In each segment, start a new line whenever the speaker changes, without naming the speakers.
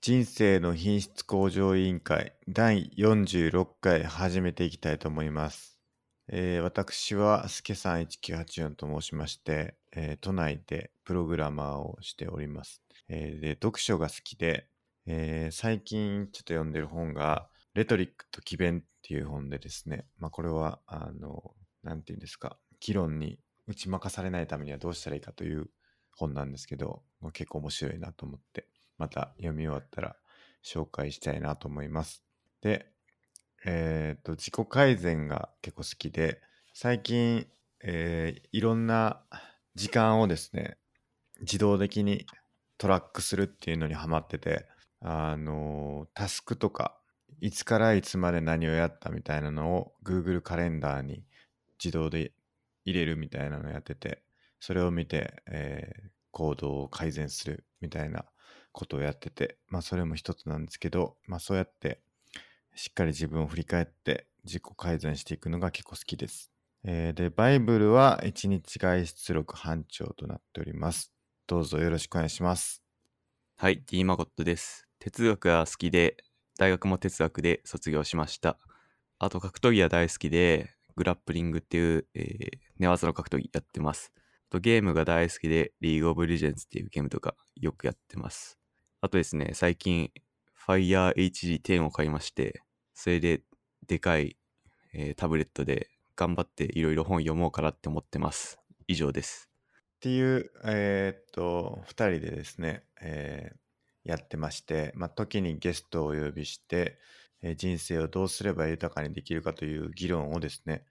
人生の品質向上委員会第46回始めていきたいと思います。えー私はすけさん1984と申しまして、えー都内でプログラマーをしております。えーで読書が好きで、えー最近ちょっと読んでる本が「レトリックと詭弁」っていう本でですね、まあ、これはあのなんていうんですか議論に打ち負かされないためにはどうしたらいいかという本なんですけどまあ結構面白いなと思ってまた読み終わったら紹介したいなと思います。で、えっと自己改善が結構好きで最近、えーいろんな時間をですね自動的にトラックするっていうのにハマっててあのータスクとかいつからいつまで何をやったみたいなのを Google カレンダーに自動で入れるみたいなのをやっててそれを見て、えー行動を改善するみたいなことをやっててまあそれも一つなんですけどまあそうやってしっかり自分を振り返って自己改善していくのが結構好きです。えーで、バイブルは1日外出力班長となっております。どうぞよろしくお願いします。
はい、D マゴットです。哲学が好きで、大学も哲学で卒業しました。あと格闘技は大好きで、グラップリングっていう、えー寝技の格闘技やってます。あとゲームが大好きで、リーグオブレジェンズっていうゲームとかよくやってます。あとですね、最近、Fire HD10 を買いまして、それででかい、えータブレットで頑張っていろいろ本読もうかなって思ってます。以上です。
っていう、えーっと、2人でですね、えーやってまして、まあ、時にゲストをお呼びして、えー人生をどうすれば豊かにできるかという議論をですね、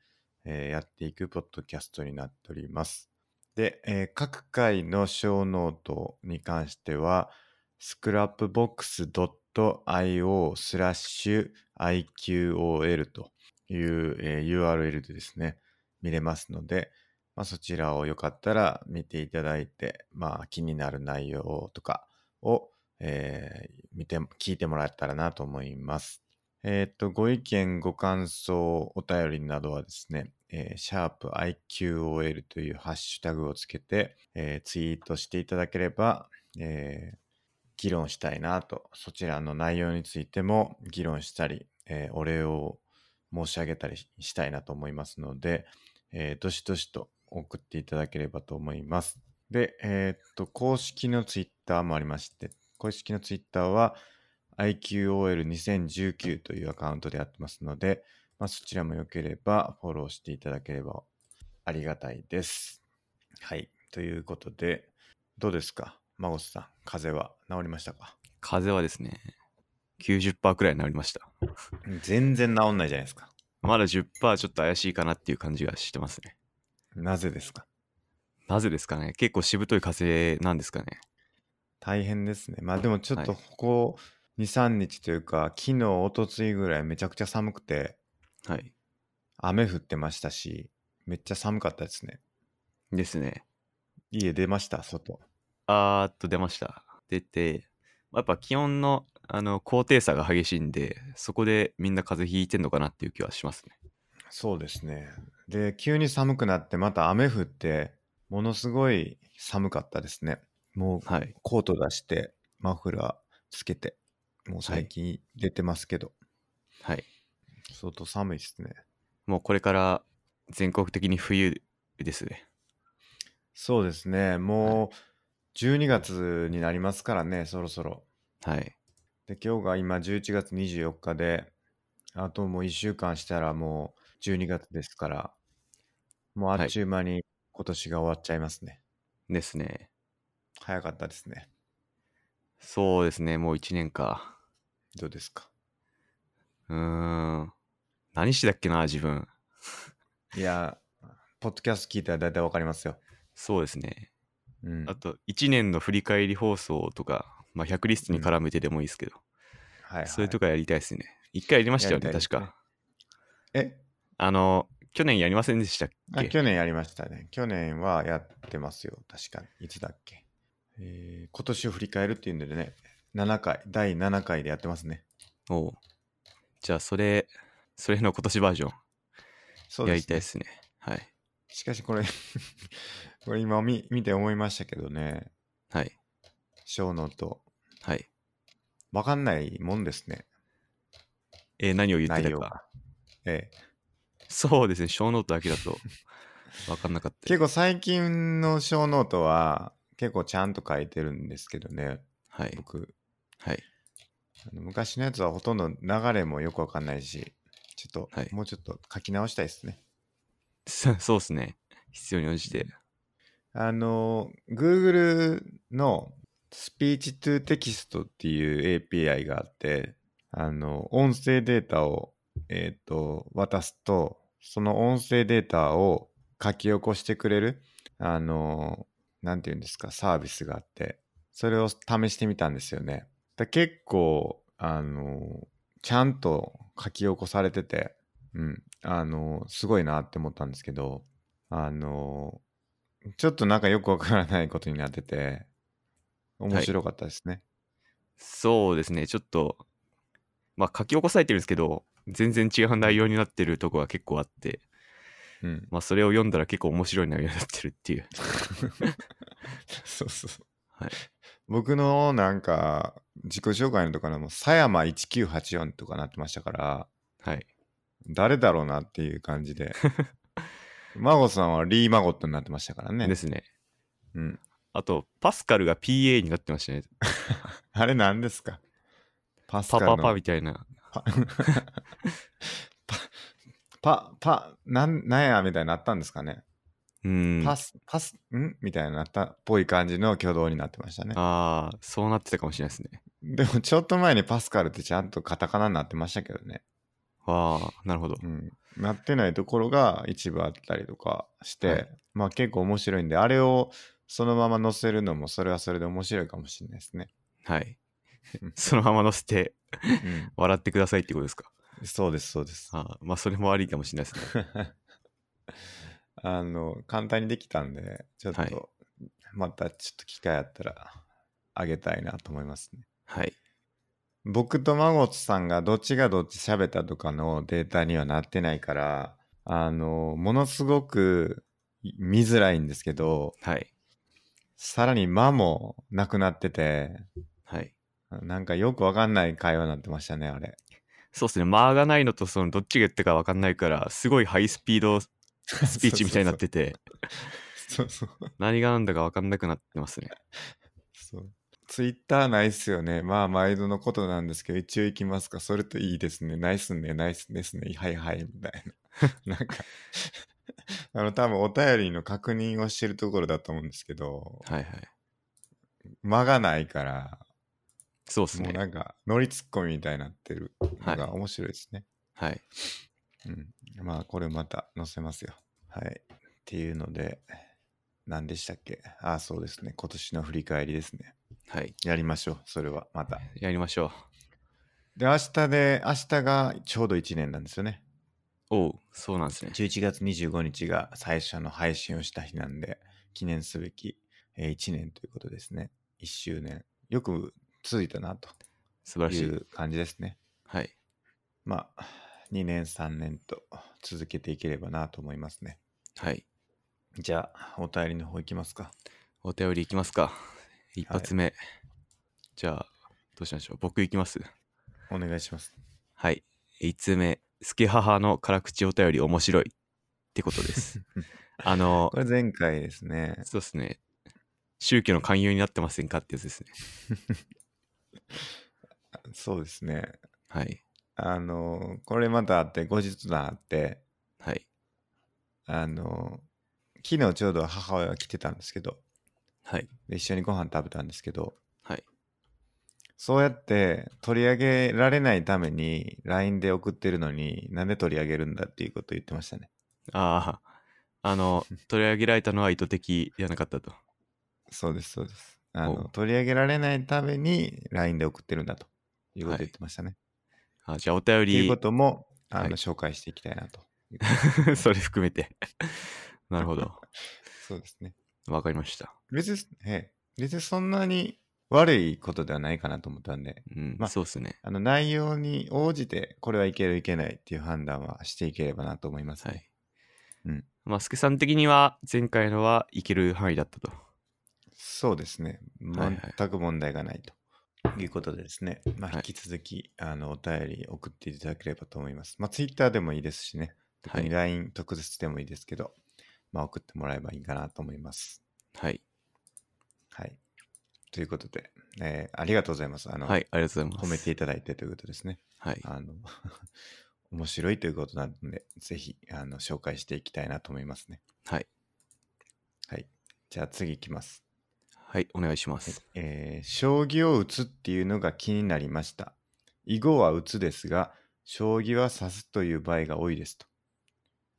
えーやっていくポッドキャストになっております。で、えー各回の小ノートに関しては、scrapbox.io スラッシュ IQOL という、えー URL でですね、見れますので、まあ、そちらをよかったら見ていただいて、まあ、気になる内容とかを、えー見て、聞いてもらえたらなと思います。えーっと、ご意見、ご感想、お便りなどはですね、えー、シャープ IQOL というハッシュタグをつけて、えーツイートしていただければ、えー議論したいなと、そちらの内容についても議論したり、えーお礼を申し上げたりしたいなと思いますので、えーどしどしと送っていただければと思います。で、えーっと、公式のツイッターもありまして、公式のツイッターは IQOL2019 というアカウントでやってますので、まあ、そちらもよければフォローしていただければありがたいです。はい。ということで、どうですか孫さん、風邪は治りましたか
風邪はですね、90%くらいになりました。
全然治んないじゃないですか。
まだ10%ちょっと怪しいかなっていう感じがしてますね。
なぜですか
なぜですかね結構しぶとい風なんですかね
大変ですね。まあでもちょっと
は
ここ2、3日というか、昨日、おとついぐらいめちゃくちゃ寒くて、
はい。
雨降ってましたし、めっちゃ寒かったですね。
ですね。
家出ました、外。
あーっと出ました。出て、やっぱ気温のあの高低差が激しいんで、そこでみんな風邪ひいてんのかなっていう気はしますね。
そうですね。で、急に寒くなって、また雨降って、ものすごい寒かったですね。もう
はい。
コート出して、マフラーつけて、もう最近出てますけど、
はい。
相当寒いですね。
もうこれから全国的に冬ですね。
そうですね。もう12月になりますからね、そろそろ。
はい。
で、今日が今11月24日で、あともう1週間したらもう12月ですから、もうあっちゅう間に今年が終わっちゃいますね。
ですね。
早かったですね。
そうですね。もう1年か。
どうですか
うーん。何してたっけな、自分。
いや、ポッドキャスト聞いたら大体わかりますよ。
そうですね。
うん。
あと、1年の振り返り放送とか、まあ、100リストに絡めてでもいいですけど、
はい、はい。
それとかやりたいですね。一回やりましたよね、
やりたいで
確
すね
か。
え
あの、去年やりませんでしたっ
あ
け
去年やりましたね。去年はやってますよ。確かに。いつだっけ。えー今年を振り返るっていうんでね、7回、第7回でやってますね。
おうじゃあ、それ、それの今年バージョ
そう
ン、や
で
り
す
たい
ね、
ですね。はい。
しかしこれ、 これ今見見て思いましたけどね、
はい。
小脳と
はい。
わかんないもんですね。
えー何を言って
内
た
容
か。
が。ええ、
そうですね、小ノートだけだ と分かんなかった。
結構最近の小ノートは結構ちゃんと書いてるんですけどね、
はい。
僕。
はい。
あの昔のやつはほとんど流れもよくわかんないし、ちょっと、
はい
もうちょっと書き直したいですね。
そそうですね。必要に応じて。
あの、Google のスピーチトゥテキストっていう API があって、あの、音声データを、えっ、と、渡すと、その音声データを書き起こしてくれる、あの、なんていうんですか、サービスがあって、それを試してみたんですよね。だ結構、あの、ちゃんと書き起こされてて、うん、あの、すごいなって思ったんですけど、あの、ちょっとなんかよくわからないことになってて、面白かったですね。
そうですね、ちょっと、まあ書き起こされてるんですけど、全然違う内容になってるとこが結構あって、
うん。
まあそれを読んだら結構面白い内容になってるっていう。
そうそうそう。
はい
僕のなんか、自己紹介のところも、狭山1984とかなってましたから、
はい。
誰だろうなっていう感じ で。孫さんはリー・マゴットになってましたからね。
ですね。
うん。
あと、パスカルが PA になってましたね。
あれ何ですかパスカ
パ
ル
パ
の
パみたいな。
パ パ、パ、なん、なんやみたいになったんですかね。
うん。
パ
あ
ス、パス、んみたいになったっぽい感じの挙動になってましたね。
あー、そうなってたかもしれないですね。
でもちょっと前にパスカルってちゃんとカタカナになってましたけどね。
ああ、なるほど。
うん。なってないところが一部あったりとかして、
はい
まあ結構面白いんで、あれをそのまま載せるのもそれはそれで面白いかもしれないですね。
はい
うん。
そのまま載せて、
う
笑ってくださいってことですか。
ん。そうです、そうです。
ああ、まあそれもありかもしれないですね。
あの、簡単にできたんで、ちょっと、
はい
またちょっと機会あったらあげたいなと思いますね。
はい。
僕と孫さんがどっちがどっち喋ったとかのデータにはなってないから、あの、ものすごく見づらいんですけど、
はい。
さらに間もなくなってて、
はい。
なんかよくわかんない会話になってましたね、あれ。
そうですね、間がないのと、そのどっちが言ったか分かんないから、すごいハイスピー ドス
ス
ピーチみたいになっ。てて、
そうそうそう。
何が何だか分かんなくなってますね。
そうツイッターないっすよね。まあ、毎度のことなんですけど、一応行きますか。それといいですね。ないっすね。ないっすですね。はいはい。みたいな。 なんか、あの、多分お便りの確認をしてるところだと思うんですけど、
はいはい。
間がないから、
そうです
もうな
ね。
んか、乗りツッコミみたいになってるの
はい
が面白いですね。
はい。
うん。まあ、これまた載せますよ。はい。っていうので、何でしたっけああ、そうですね。今年の振り返りですね。
はい。
やりましょう。それは、また。
やりましょ
で、明日で、明日がちょうど1年なんですよね。
う。おう、そうなんですね。
11月25日が最初の配信をした日なんで、記念すべき1年ということですね。1周年。よく続いたなと
素晴らし
い
い。
う感じですね。
はい。
まあ、2年、3年と続けていければなと思いますね。
はい。
じゃあ、お便りの方いきますか。
お便りいきますか。一発目。じゃあ、どうしましょう。僕いきます。
お願いします。
はい。1通目、スケハハの辛口お便り面白いってこ とです。あの
こ、れ前回ですね。
そうですね。宗教の勧誘になってませんかってやつですね。
そうですね。
はい。
あの、これまたあって、後日談あって、
はい。
あの、昨日ちょうど母親が来てたんですけど、
はい。
で一緒にご飯食べたんですけど、
はい。
そうやって取り上げられないために LINE で送ってるのに、なんで取り上げるんだっていうこと言ってましたね。
ああ、あの、取り上げられたのは意図的じゃなかったと。
そうです、そうです。あ
お
の、
う
取り上げられないために LINE で送ってるんだということ言ってましたね。
あじゃあ、お便
っていう
り
こ、とも、あの、
はい
紹介していきたいなと。
それ含めて。なるほど。
そうですね。
わかりました。
別に、ええ別にそんなに悪いことではないかなと思ったんで、
うん、
まあ
そうですね。
あの内容に応じてこれはいけるいけないっていう判断はしていければなと思います、
は
ね
い。
うん
まあ、スケさん的には、前回のはいける範囲だったと。
そうですね
はいはい
全く問題がないと、いうことでですね、まあ、
は
引
い
き続き、あのお便り送っていただければと思います。まあ、Twitter でもいいですしね、特に LINE 特設でもいいですけど、まあ、送ってもらえばいいかなと思います。
はい。
はい。ということで、えーありがとうございます。あの、
はい、ありがとうございます。
褒めていただいてということですね。
はい。
あの、 面白いということなので、ぜひ、あの、紹介していきたいなと思いますね。
はい。
はい。じゃあ次いきます。
はい、お願いします。
えー将棋を打つっていうのが気になりました。囲碁は打つですが、将棋は指すという場合が多いですと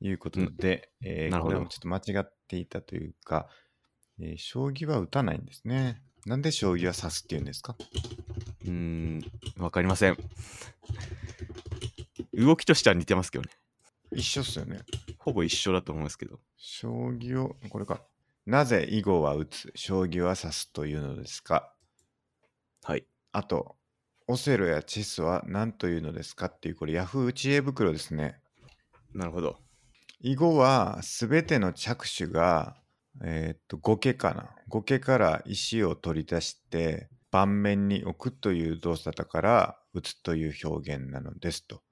いうことで、えー
なる
こ
ほど
れもちょっと間違っていたというか、えー将棋は打たないんですね。なんで将棋は指すっていうんですか
うーん、わかりません。動きとしては似てますけどね。
一緒っすよね。
ほぼ一緒だと思うんですけど。
将棋を、これか。なぜ囲碁は打つ、将棋は指すというのですか
はい。
あと、オセロやチェスは何というのですかっていう、これヤフー知恵袋ですね。
なるほど。
囲碁は全ての着手が、えーっと5手かな5手から石を取り出して盤面に置くという動作だから打つという表現なのですと。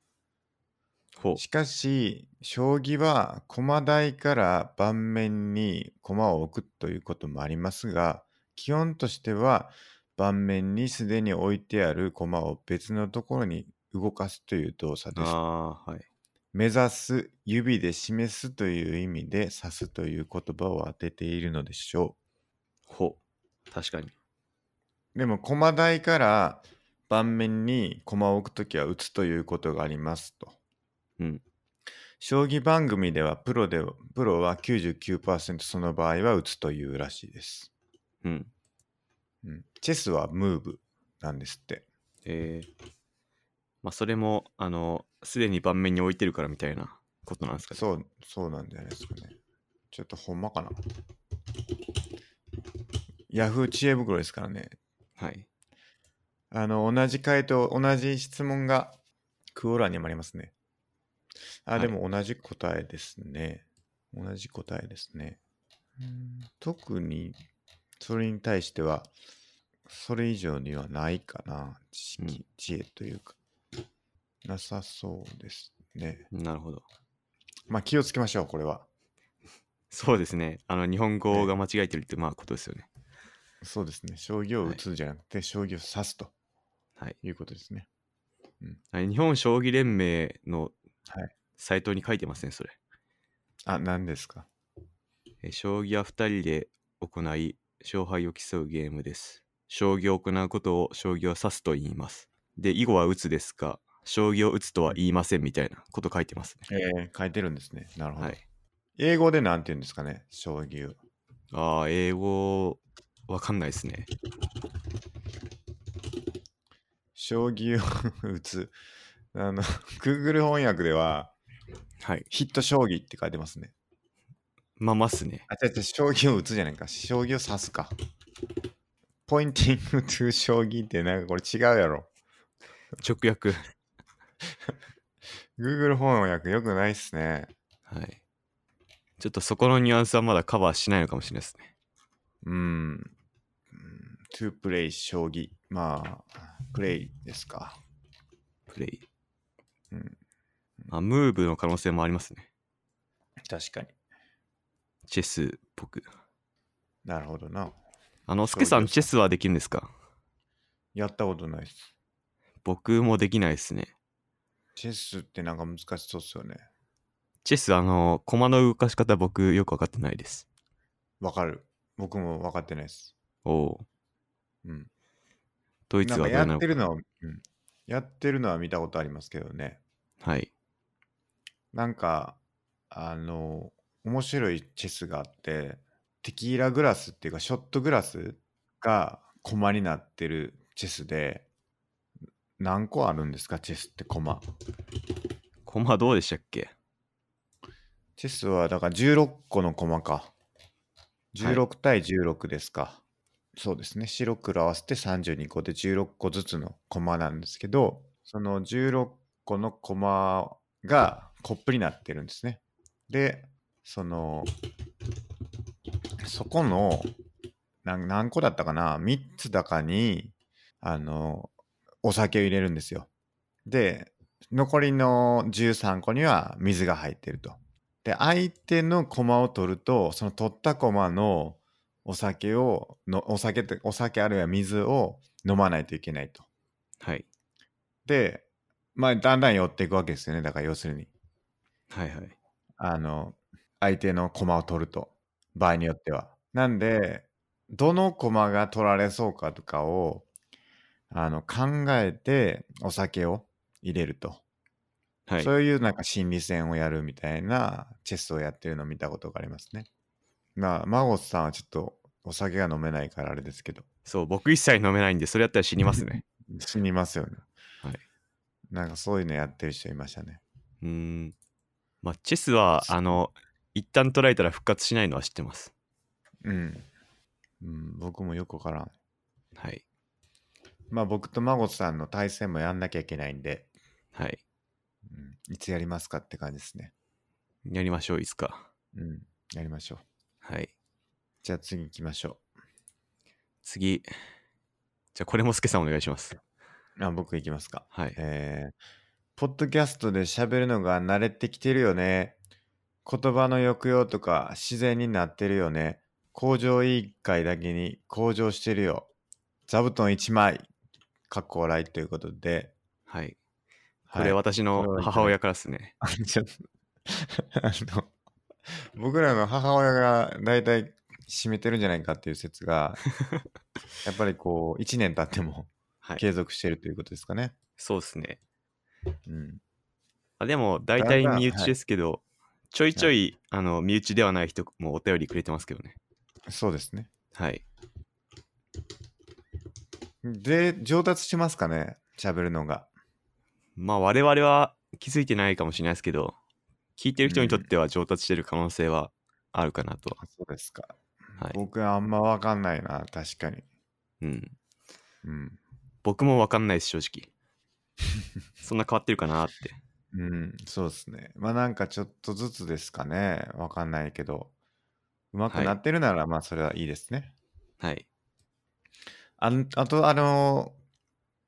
ほう。
しかし将棋は駒台から盤面に駒を置くということもありますが基本としては盤面にすでに置いてある駒を別のところに動かすという動作ですと。
ああ、はい。
目指す、指で示すという意味で指すという言葉を当てているのでしょ
ほう。確かに。
う。でも、駒台から盤面に駒を置くときは打つということがありますと。
うん。
将棋番組ではプロでプロは99%その場合は打つというらしいです。
うん。
うん、チェスはムーブなんですって。
えー、まあ、それも、あの、すでに盤面に置いてるからみたいなことなんですかね。
そう、そうなんじゃないですかね。ちょっとほんまかな。ヤフー知恵袋ですからね。
はい。
あの、同じ回答、同じ質問がクオラにもありますね。あ、
はい
でも同じ答えですね。同じ答えですね。うん特に、それに対しては、それ以上にはないかな。知識、
うん
知恵というか。なさそうですね。
なるほど。
まあ気をつけましょう、これは。
そうですね。あの、日本語が間違えてるって、まあ、ことですよね。
そうですね。将棋を打つんじゃなくて、将棋を指すと
はい。
いうことですね。
あれ日本将棋連盟の
はい
サイトに書いてますね、それ。
あ、何ですか
えー将棋は2人で行い勝敗を競うゲームです将棋を行うことを将棋を指すと言いますで囲碁は打つですが将棋を打つとは言いませんみたいなこと書いてますね
えー、書いてるんですね。なるほど。
はい
英語でなんて言うんですかね将棋を。
ああ英語わかんないですね
将棋を打つ。 あの、Google 翻訳では
はい
ヒット将棋って書いてますね。
まあますね
あ、違う違う、将棋を打つじゃないか。将棋を指すか。ポインティング to 将棋ってなんかこれ違うやろ。
直訳
Google 翻訳よくないっすね。
はいちょっとそこのニュアンスはまだカバーしないのかもしれないですね
うん。うん to play 将棋。まあ、プレイですか。
プレイ、
うん
まあ、ムーブの可能性もありますね
確かに。
チェスっぽく
なるほどな。
あのスケさんチェスはできるんですか
やったことないっす。
僕もできないですね
チェスってなんか難しそうっすよね。
チェス、あの、駒の動かし方僕よくわかってないです。
わかる。僕も分かってないです。
おおう。
うん。
ドイ
な
ツ
ん
は
か
ど
や
うなの
っ
か
てるのは、うん、やってるのは見たことありますけどね。
はい。
なんか、あの、面白いチェスがあって、テキーラグラスっていうか、ショットグラスが駒になってるチェスで、何個あるんですか、チェスって駒。
駒どうでしたっけ
チェスは、だから16個の駒か。16対16ですか。そうですね。白黒合わせて32個で16個ずつの駒なんですけど、その16個の駒がコップになってるんですね。で、その、そこの、なん何個だったかな ?3 つだかに、あの、お酒を入れるんですよ。で、残りの13個には水が入ってると。で、相手の駒を取ると、その取った駒のお酒をの、お酒って、お酒あるいは水を飲まないといけないと。
はい。
で、まあ、だんだん寄っていくわけですよね。だから要するに、
はいはい。
あの、相手の駒を取ると。場合によっては。なんで、どの駒が取られそうかとかを、あの、考えてお酒を入れると。
はい。
そういうなんか心理戦をやるみたいなチェスをやってるのを見たことがありますね。まあ、マゴスさんはちょっとお酒が飲めないからあれですけど、
そう、僕一切飲めないんで、それやったら死にま すね。
死にますよね。
はい。
なんかそういうのやってる人いましたね。
うーん。まあ、チェスは、あの、一旦捉えたら復活しないのは知ってます。
うん。うん、僕もよくわからん。
はい。
まあ僕とマゴスさんの対戦もやんなきゃいけないんで、
はい。
うん、いつやりますかって感じですね。
やりましょう、いつか。
うん、やりましょう。
はい。
じゃあ次行きましょ
次。じゃあ、これもスケさんお願いします。
う。あ、僕行きますか。
はい。
えーポッドキャストで喋るのが慣れてきてるよね。言葉の抑揚とか自然になってるよね。向上委員会だけに向上してるよ。座布団1枚、かっこ笑いということで。
はい。
は
これ
い、
私の母親からですね。
ちょっと あの、僕らの母親が大体占めてるんじゃないかっていう説 が、やっぱりこう、1年経っても
はい。
継続してるということですかね。
そうですね。
うん。
あでも、大体
だんだん
身内ですけど、ちょいちょい、あの、身内ではない人もお便りくれてますけどね。
そうですね。
はい。
で、上達しますかね喋るのが。
まあ、我々は気づいてないかもしれないですけど、聞いてる人にとっては上達してる可能性はあるかなと。
あそうですか。
はい。
僕はあんまわかんないな、確かに。
うん。
うん。
僕もわかんないです、正直。そんな変わってるかなって。
うん、そうですね。まあなんかちょっとずつですかね。わかんないけど。うまくなってるなら、まあそれはいいですね。
はい。
あんあと、あの、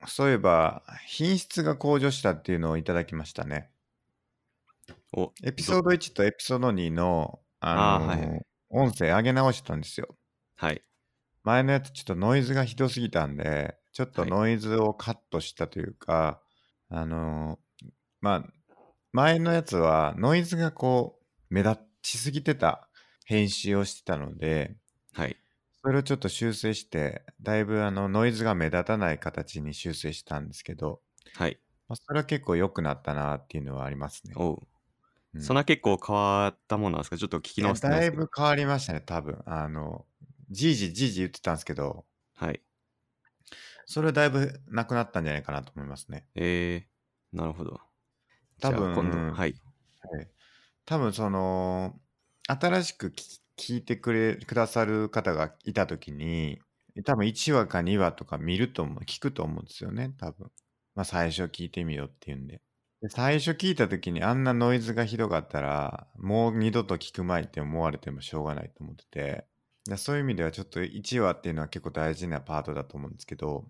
そういえば、品質が向上したっていうのをいただきましたね。
お、
エピソード1とエピソード2の、あの
あーはいは
音声上げ直したんですよ。
はい。
前のやつちょっとノイズがひどすぎたんで、ちょっと
はい
ノイズをカットしたというか、あのーまあ、前のやつはノイズがこう、目立ちすぎてた編集をしてたので、
はい。
それをちょっと修正して、だいぶあのノイズが目立たない形に修正したんですけど、
はい。
まあ、それは結構良くなったなっていうのはありますね。
おう。
うん
そんな結構変わったものなんですかちょっと聞き直して
い
な
や
い
だい
ですけど
ぶ変わりましたね、多分。あの、じいじじいじ言ってたんですけど、
はい。
それはだいぶなくなったんじゃないかなと思いますね。
えー、なるほど。
多分
じゃあ今度、
うん
はい。
はい多分その新しくき聞いてくれくださる方がいた時に多分1話か2話とか見ると思う聞くと思うんですよね多分まあ最初聞いてみようっていうんでで最初聞いた時にあんなノイズがひどかったらもう二度と聞くまいって思われてもしょうがないと思っててでそういう意味ではちょっと1話っていうのは結構大事なパートだと思うんですけど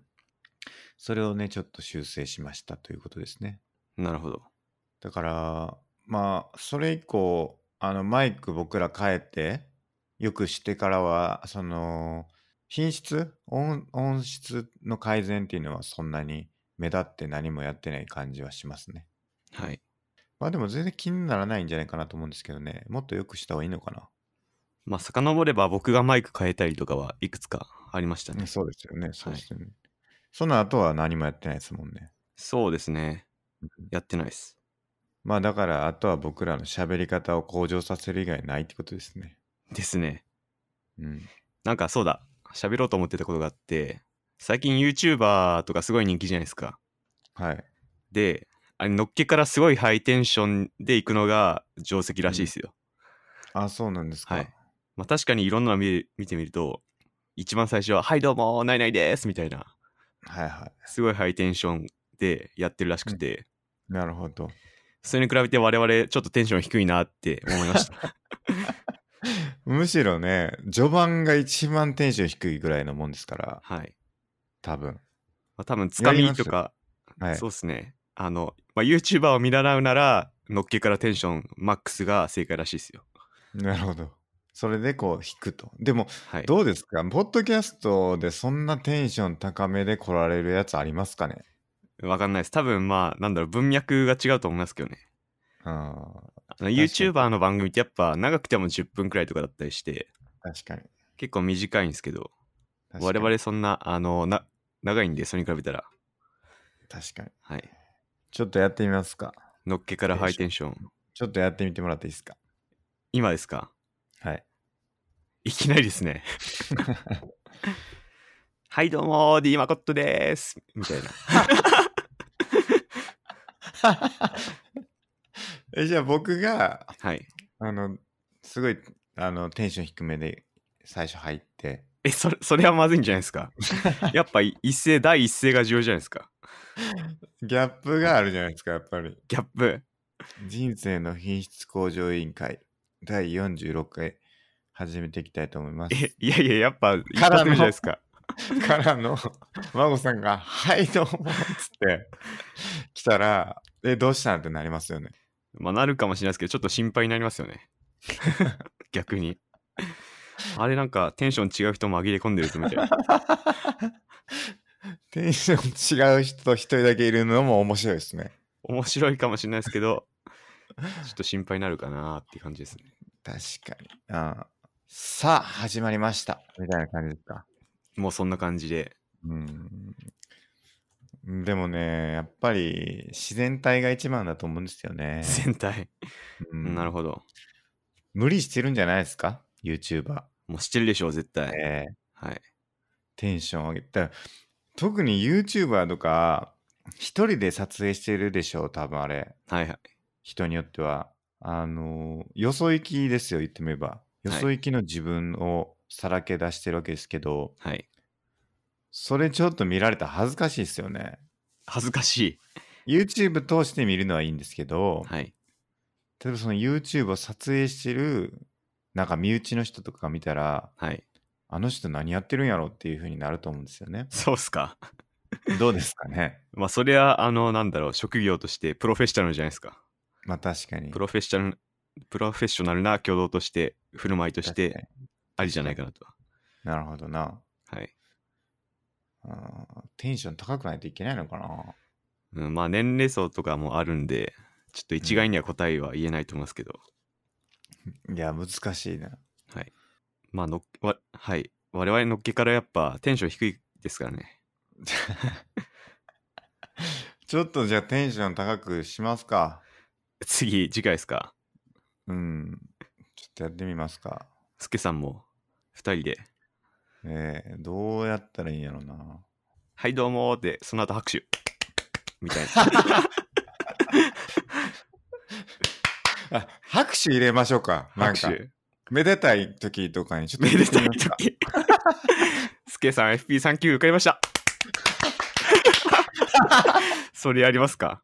それをねちょっと修正しましたということですね
なるほど。
だからまあそれ以降あのマイク僕ら変えてよくしてからはその品質音音質の改善っていうのはそんなに目立って何もやってない感じはしますね
はい。
まあでも全然気にならないんじゃないかなと思うんですけどねもっとよくした方がいいのかな、
まあ、遡れば僕がマイク変えたりとかはいくつかありましたね。
そうですよねそうですよね、その後は何もやってないですもんね
そうですね。やってないです。
まあだからあとは僕らの喋り方を向上させる以外ないってことですね
ですね。
うん
なんかそうだ、喋ろうと思ってたことがあって、最近 YouTuber とかすごい人気じゃないですか。
はい
で、あれ、のっけからすごいハイテンションで行くのが定石らしいですよ。
あそうなんですか、
はいまあ確かにいろんなの見見てみると、一番最初は、はいどうも、ないないですみたいな、
はいはい
すごいハイテンションでやってるらしくて、
なるほど。
それに比べて我々ちょっとテンション低いなって思いま した。
むしろね、序盤が一番テンション低いぐらいのもんですから、
はい。
多分。
まあ、多分つかみ
やりま
と
す
か、
はい。
そうですね。あの、まあ、YouTuber を見習うなら、のっけからテンションマックスが正解らしいですよ。
なるほど。それでこう引くと。でも、
はい。
どうですかポッドキャストでそんなテンション高めで来られるやつありますかね
わかんないです。多分まあ、なんだろう、文脈が違うと思いますけどね。
うん。
あの
に
YouTuber の番組ってやっぱ長くても10分くらいとかだったりして、
確かに。
結構短いんですけど、
確か
我
に。
々そんな、あの、な、長いんで、それに比べたら、
確かに。
はい。
ちょっとやってみますか。
のっけから
テ
ハ
ン
イ
ショ
テ
ン
ンション。
ちょっとやってみてもらっていいですか
今ですか
はい。
いきなりで すね。はい、どうも、D マコットです。みたいな。
えじゃあ僕が、
はい。
あの、すごい、あの、テンション低めで最初入って、
え、それ、それはまずいんじゃないで すか。やっぱい一斉、第一声が重要じゃないですか。
ギャップがあるじゃないですか、やっぱり。
ギャップ。
人生の品質向上委員会第46回始めていきたいと思います。
え、いやいや、やっぱ、一発目じゃないですか。
からの、孫さんが、はい、どうも、つって、来たら、え、どうしたんってなりますよね。
まあ、なるかもしれないですけど、ちょっと心配になります よね。逆に。あれなんかテンション違う人紛れ込んでるぞみたいな。
テンション違う人一人だけいるのも面白いですね。
面白いかもしれないです けど、ちょっと心配になるかなっていう感じですね。
確かに。あーさあ、始まりました。みたいな感じですか。
もうそんな感じで。
うん。でもね、やっぱり自然体が一番だと思うんですよね。
全体。
うん
なるほど。
無理してるんじゃないですか ?YouTuber。
もう知ってるでしょう、絶対。
えー
はい。
テンション上げた特に YouTuber とか一人で撮影してるでしょう多分あれ
はいはい。
人によってはあのよそ行きですよ言ってみればよそ行きの自分をさらけ出してるわけですけど、
はい。
それちょっと見られたら恥ずかしいですよね
恥ずかしい。
YouTube 通して見るのはいいんですけど、
はい。
例えばその YouTube を撮影してるなんか身内の人とかが見たら
はい。
あの人何やってるんやろっていう風になると思うんですよ ね
そうっすか。
どうですかね
まあ、それは、あの、なんだろう、職業としてプロフェッショナルじゃないですか。
まあ確かに
プロフェッショナル、プロフェッショナルな挙動として、振る舞いとし
確か
て、
に
ありじゃないかなと。
なるほどな。
はい。
あーテンション高くないといけないのかな。
うん、まあ、年齢層とかもあるんで、ちょっと一概には答えは言えないと思いますけど。
いや、難しいな。
はい。まあ、のっわ、はい。我々のっけからやっぱテンション低いですからね。
ちょっとじゃあテンション高くしますか。
次、次回ですか。
うん。ちょっとやってみますか。
すけさんも、二人で、
ええどうやったらいいんやろうな。
はい、どうもーって、その後拍手。みたいな。
あ、拍手入れましょうか。 なん
拍
か、
手。
めでたい時とかにちょっと
め
入れ
で
て
た
み
い
ますか。
時。すけさん、FP3 級受かりました。それやりますか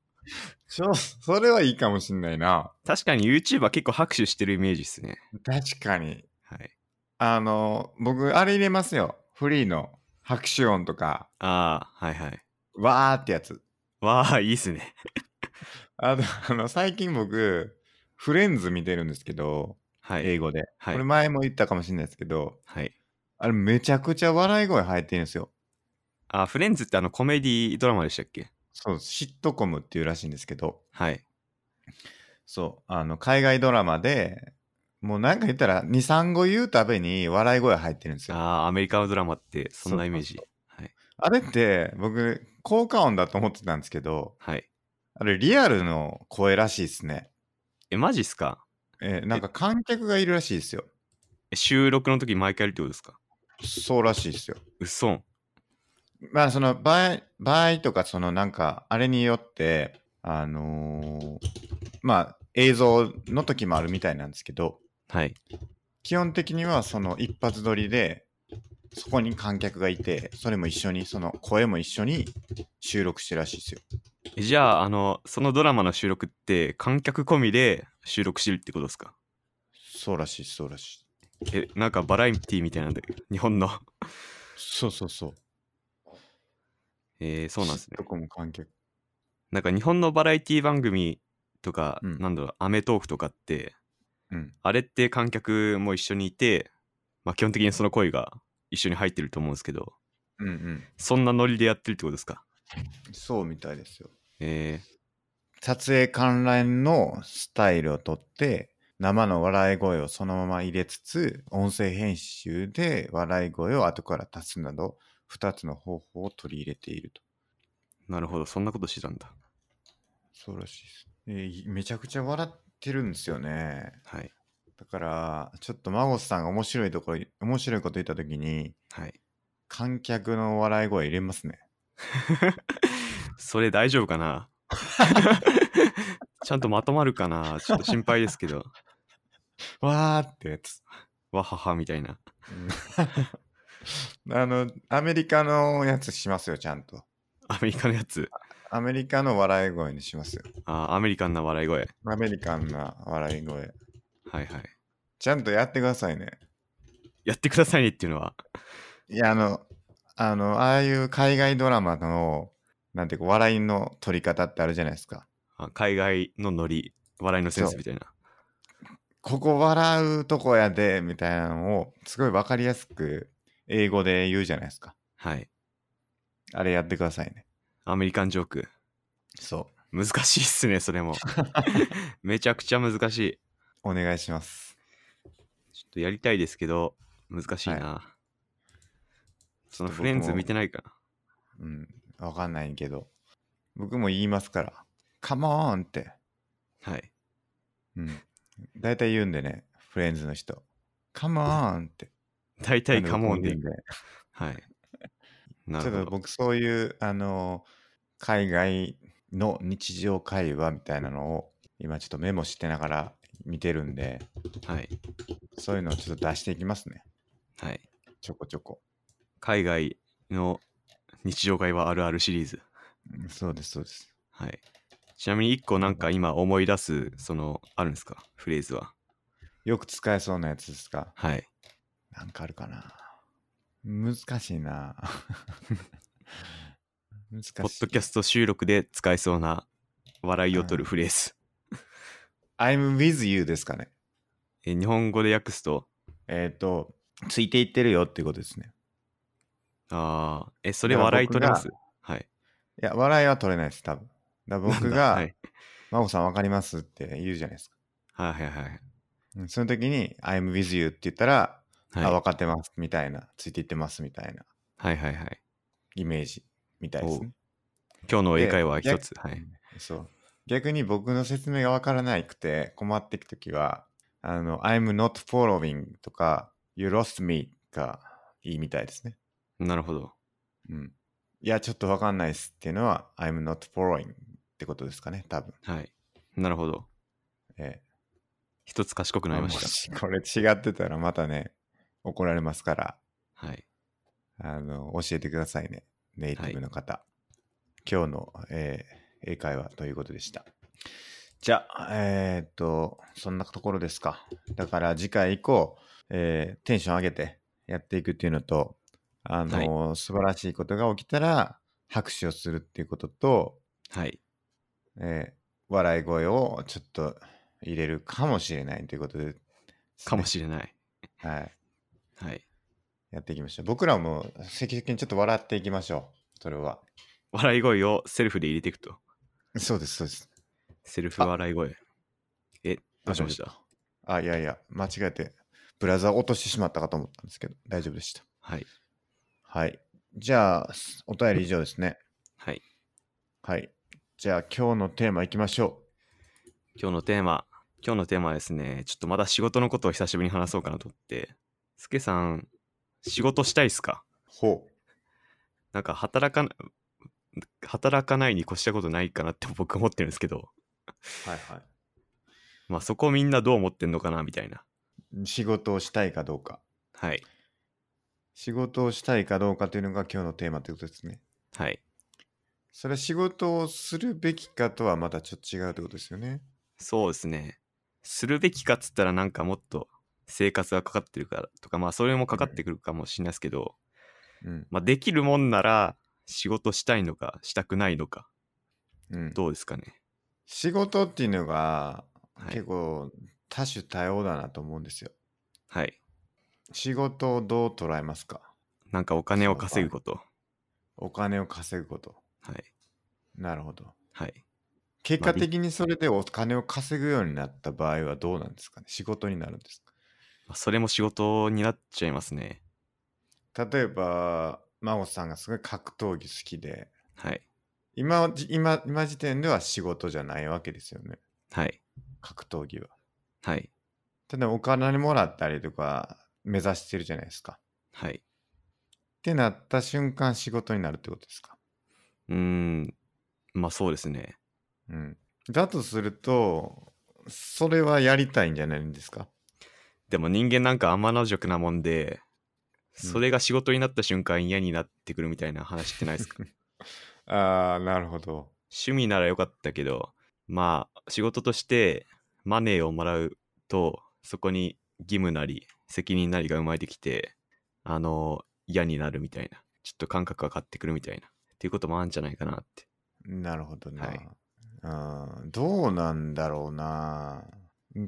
ちょそれはいいかもしんないな。
確かに YouTuber 結構拍手してるイメージですね。
確かに。
はい。
あの、僕、あれ入れますよ。フリーの拍手音とか、
ああ、はいはい。
わーってやつ。
わあ、いいっすね。
あの、あの最近僕、フレンズ見てるんですけど、
はい。
英語で。
は
これ
い。
前も言ったかもしれないですけど、
はい。
あれめちゃくちゃ笑い声入ってるんですよ。
あ、フレンズってあのコメディドラマでしたっけ
そう、シットコムっていうらしいんですけど、
はい。
そう、あの、海外ドラマで、もうなんか言ったら、2、3語言うたびに笑い声入ってるんですよ。あ
ああ、アメリカのドラマってそんなイメージ
そう。
はい。
れって、僕、効果音だと思ってたんですけど、
はい。
あれリアルの声らしいですね。
え、マジっすか
えーなんか観客がいるらしいですよ。
え収録の時毎回やるってことですか
そうらしいですよ。
うそん。
まあその場合場合とかそのなんかあれによってあのーまあ映像の時もあるみたいなんですけど
はい。
基本的にはその一発撮りでそこに観客がいてそれも一緒にその声も一緒に収録してるらしいですよ
えじゃあ、あの、そのドラマの収録って観客込みで収録してるってことですか
そうらしいそうらしい
え、なんかバラエティみたいなんで、日本の。
そうそうそう
えー、そうなんですね
ど。こも観客。
なんか日本のバラエティ番組とか、
うん
なんだろう、アメトークとかって、
うん。
あれって観客も一緒にいて、まあ、基本的にその声が一緒に入ってると思うんですけど、
うんうん。
そんなノリでやってるってことですか
そうみたいですよ。
え
撮影観覧のスタイルをとって、生の笑い声をそのまま入れつつ、音声編集で笑い声を後から足すなど、2つの方法を取り入れていると。
ー、なるほど、そんなことしてたんだ。
そうらしいです。えーめちゃくちゃ笑ってるんですよね。
はい。
だから、ちょっとマゴスさんが面白いところ、面白いこと言ったときに、
はい。
観客の笑い声入れますね。
それ大丈夫かな ちゃんとまとまるかなちょっと心配ですけど。
わーってや つ。
わははみたいな。
うんあの、アメリカのやつしますよ、ちゃんと。
アメリカのやつ。
アメリカの笑い声にしますよ。
あーアメリカンな笑い声。
アメリカンな笑い声。
はいはい。
ちゃんとやってくださいね。
やってくださいねっていうのは。
いや、あの、あの、ああいう海外ドラマの、なんていうか、笑いの取り方ってあるじゃないですか。
あ海外のノリ、笑いのセンスみたいな。
ここ笑うとこやで、みたいなのを、すごいわかりやすく、英語で言うじゃないですか。
はい。
あれやってくださいね。
アメリカンジョーク。
そ
難しいっすね、それ も。めちゃくちゃ難しい。
う。お願いします。
ちょっとやりたいですけど、難しいな。そのフレンズ見てないかな。
うん。わかんないけど。僕も言いますから。カモーンって。
はい。
うん。大体言うんでね、フレンズの人。カモーンって。
大体カモンで
言うん
いく。 はい。な
ちょ
る
っ
ほ
と
ど。
僕そういうあの海外の日常会話みたいなのを今ちょっとメモしてながら見てるんで
はい。
そういうのをちょっと出していきますね
はい。
ちょこちょこ、
海外の日常会話あるあるシリーズ。
うんそうですそうです
はい。ちなみに一個なんか今思い出す、その、あるんですかフレーズは。
よく使えそうなやつですか
はい。
なんかあるかな難しいな 難しい
ポッドキャスト収録で使えそうな笑いを取るフレーズ。
I'm with you ですかね
えー日本語で訳すと、
えっ、とついていってるよっていうことですね
ああ、え、それ
だから
笑い取れます
僕
はい。
いや笑いは取れないです多分だから僕が
はい、
「真帆さんわかります」って言うじゃないですか
はいはいはい。
うんその時に「I'm with you」って言ったら「
はい
あ分かってます」みたいな「ついていってます」みたいな
はいはいはい。
イメージみたいですね。
今日の英会話
で
一つ。はい。
そう逆に僕の説明が分からなくて困っていく時は「あの I'm not following」とか「You lost me」がいいみたいですね。
なるほど。
うん、いやちょっと分かんないですっていうのは「I'm not following」ってことですかね多分。
はい。なるほど。
ええ
一つ賢くなりま
も
し
しこれ違ってたらまたね怒られますから。
た。はい。
あの、教えてくださいね。ネイティブの方。今日の、えー英会話ということでした。じゃあ、えーっと、そんなところですか。だから次回以降、えーテンション上げてやっていくっていうのと、あの、素晴らしいことが起きたら拍手をするっていうことと、
はい。
えー笑い声をちょっと入れるかもしれないということで
かもしれない。
れない。はい。
はい。
やっていきましょう。僕らも積極的にちょっと笑っていきましょう。それは。
笑い声をセルフで入れていくと。
そうです、そうです。
セルフ笑い声。え、どうしました
あ、いやいや、間違えて、ブラウザー落としてしまったかと思ったんですけど、大丈夫でした。
はい。
はい。じゃあ、すお便り以上ですね。
はい。
はい。じゃあ、今日のテーマいきましょ
今日のテーマ。今日のテーマはですね、ちょっとまだ仕事のことを久しぶりに話そうかなと思って。すけさん、仕事したいっすか
う。ほ
なんか働かな、働かないに越したことないかなって僕思ってるんですけど、
う。はいは
まあそこみんなどう思ってんのかなみたいな。
い。仕事をしたいかどうか。
はい。
仕事をしたいかどうかというのが今日のテーマということですね。
はい。
それは仕事をするべきかとはまたちょっと違うということですよね。
そうですね。するべきかっつったらなんかもっと生活がかかってるからとか、まあそれもかかってくるかもしれないですけど、
うん。
まあできるもんなら仕事したいのか、したくないのか、
うん、
どうですかね。
仕事っていうのが
はい
結。構多種多様だなと思うんですよ。
はい、
仕事をどう捉えますか
なんかお金を稼ぐこと。
お金を稼ぐこと。
はい。
なるほど。
はい。
結果的にそれでお金を稼ぐようになった場合はどうなんですかね仕事になるんです
まあそれも仕事になっちゃいますね。
か例えば、真帆さんがすごい格闘技好きで、
はい。
今じ今今時点では仕事じゃないわけですよね。
はい。
格闘技は。
はい。
ただお金もらったりとか目指してるじゃないですか。
はい。
ってなった瞬間仕事になるってことですか。
うーん。まあそうですね。
うん。だとすると、それはやりたいんじゃないんですか
でも人間なんか天の弱なもんで、
うん
それが仕事になった瞬間嫌になってくるみたいな話ってないですか
ああ、なるほど。
趣味ならよかったけど、まあ仕事としてマネーをもらうと、そこに義務なり責任なりが生まれてきて、あの、嫌になるみたいな、ちょっと感覚が変わってくるみたいな、っていうこともあるんじゃないかなって。
なるほどな。
はい
うんどうなんだろうな。必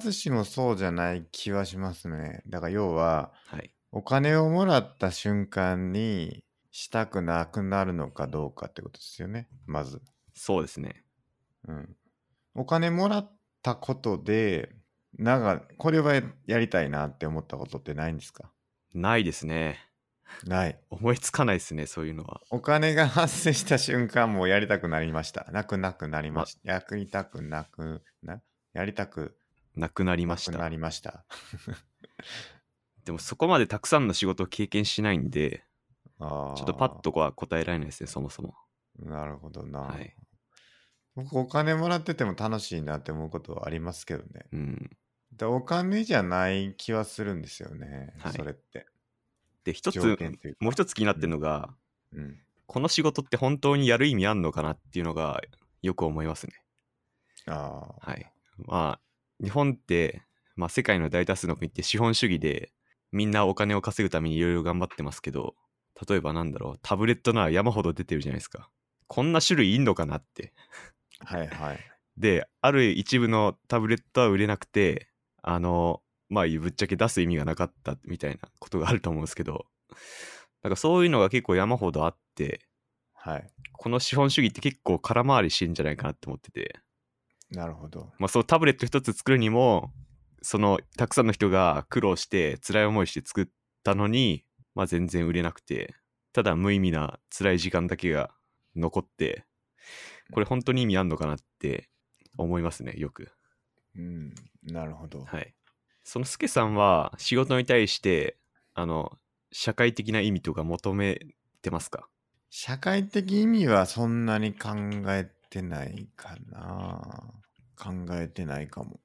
ずしもそうじゃない気はしますね。だから要は、
はい。
お金をもらった瞬間にしたくなくなるのかどうかってことですよね。まず。
そうですね。
うん。お金もらったことで、なんか、これはやりたいなって思ったことってないんですか
ないですね。
ない。
思いつかないですね、そういうのは。
お金が発生した瞬間もうやりたくなりました。なくなくなりました。やりたくなくな、やりたく
なくなりま
な
し
く
た。
なりました。
でもそこまでたくさんの仕事を経験しないんで、
あー
ちょっとパッと。こは答えられないですね、そもそも。
なるほどな。
はい。
僕、お金もらってても楽しいなって思うことはありますけどね。
うん。
でお金じゃない気はするんですよね。
はい
それって。
で、一つ、
条件というか
もう一つ気になってるのが、
うん。
この仕事って本当にやる意味あんのかなっていうのがよく思いますね。
ああ。
はい。まあ、日本って、まあ世界の大多数の国って資本主義で、みんなお金を稼ぐためにいろいろ頑張ってますけど、例えばなんだろう、タブレットなら山ほど出てるじゃないですか。こんな種類いんのかなって。
はいはい。
で、ある一部のタブレットは売れなくて、あの、まあ、ぶっちゃけ出す意味がなかったみたいなことがあると思うんですけど、なんかそういうのが結構山ほどあって、
はい。
この資本主義って結構空回りしてんじゃないかなって思ってて、
なるほど。
まあ、そのタブレット一つ作るにも、そのたくさんの人が苦労して辛い思いして作ったのに、まあ、全然売れなくて、ただ無意味な辛い時間だけが残って、これ本当に意味あんのかなって思いますね、よく。
うん。なるほど。
はい。そのスケさんは仕事に対して、あの、社会的な意味とか求めてますか
社会的意味はそんなに考えてないかな。考えてないかも。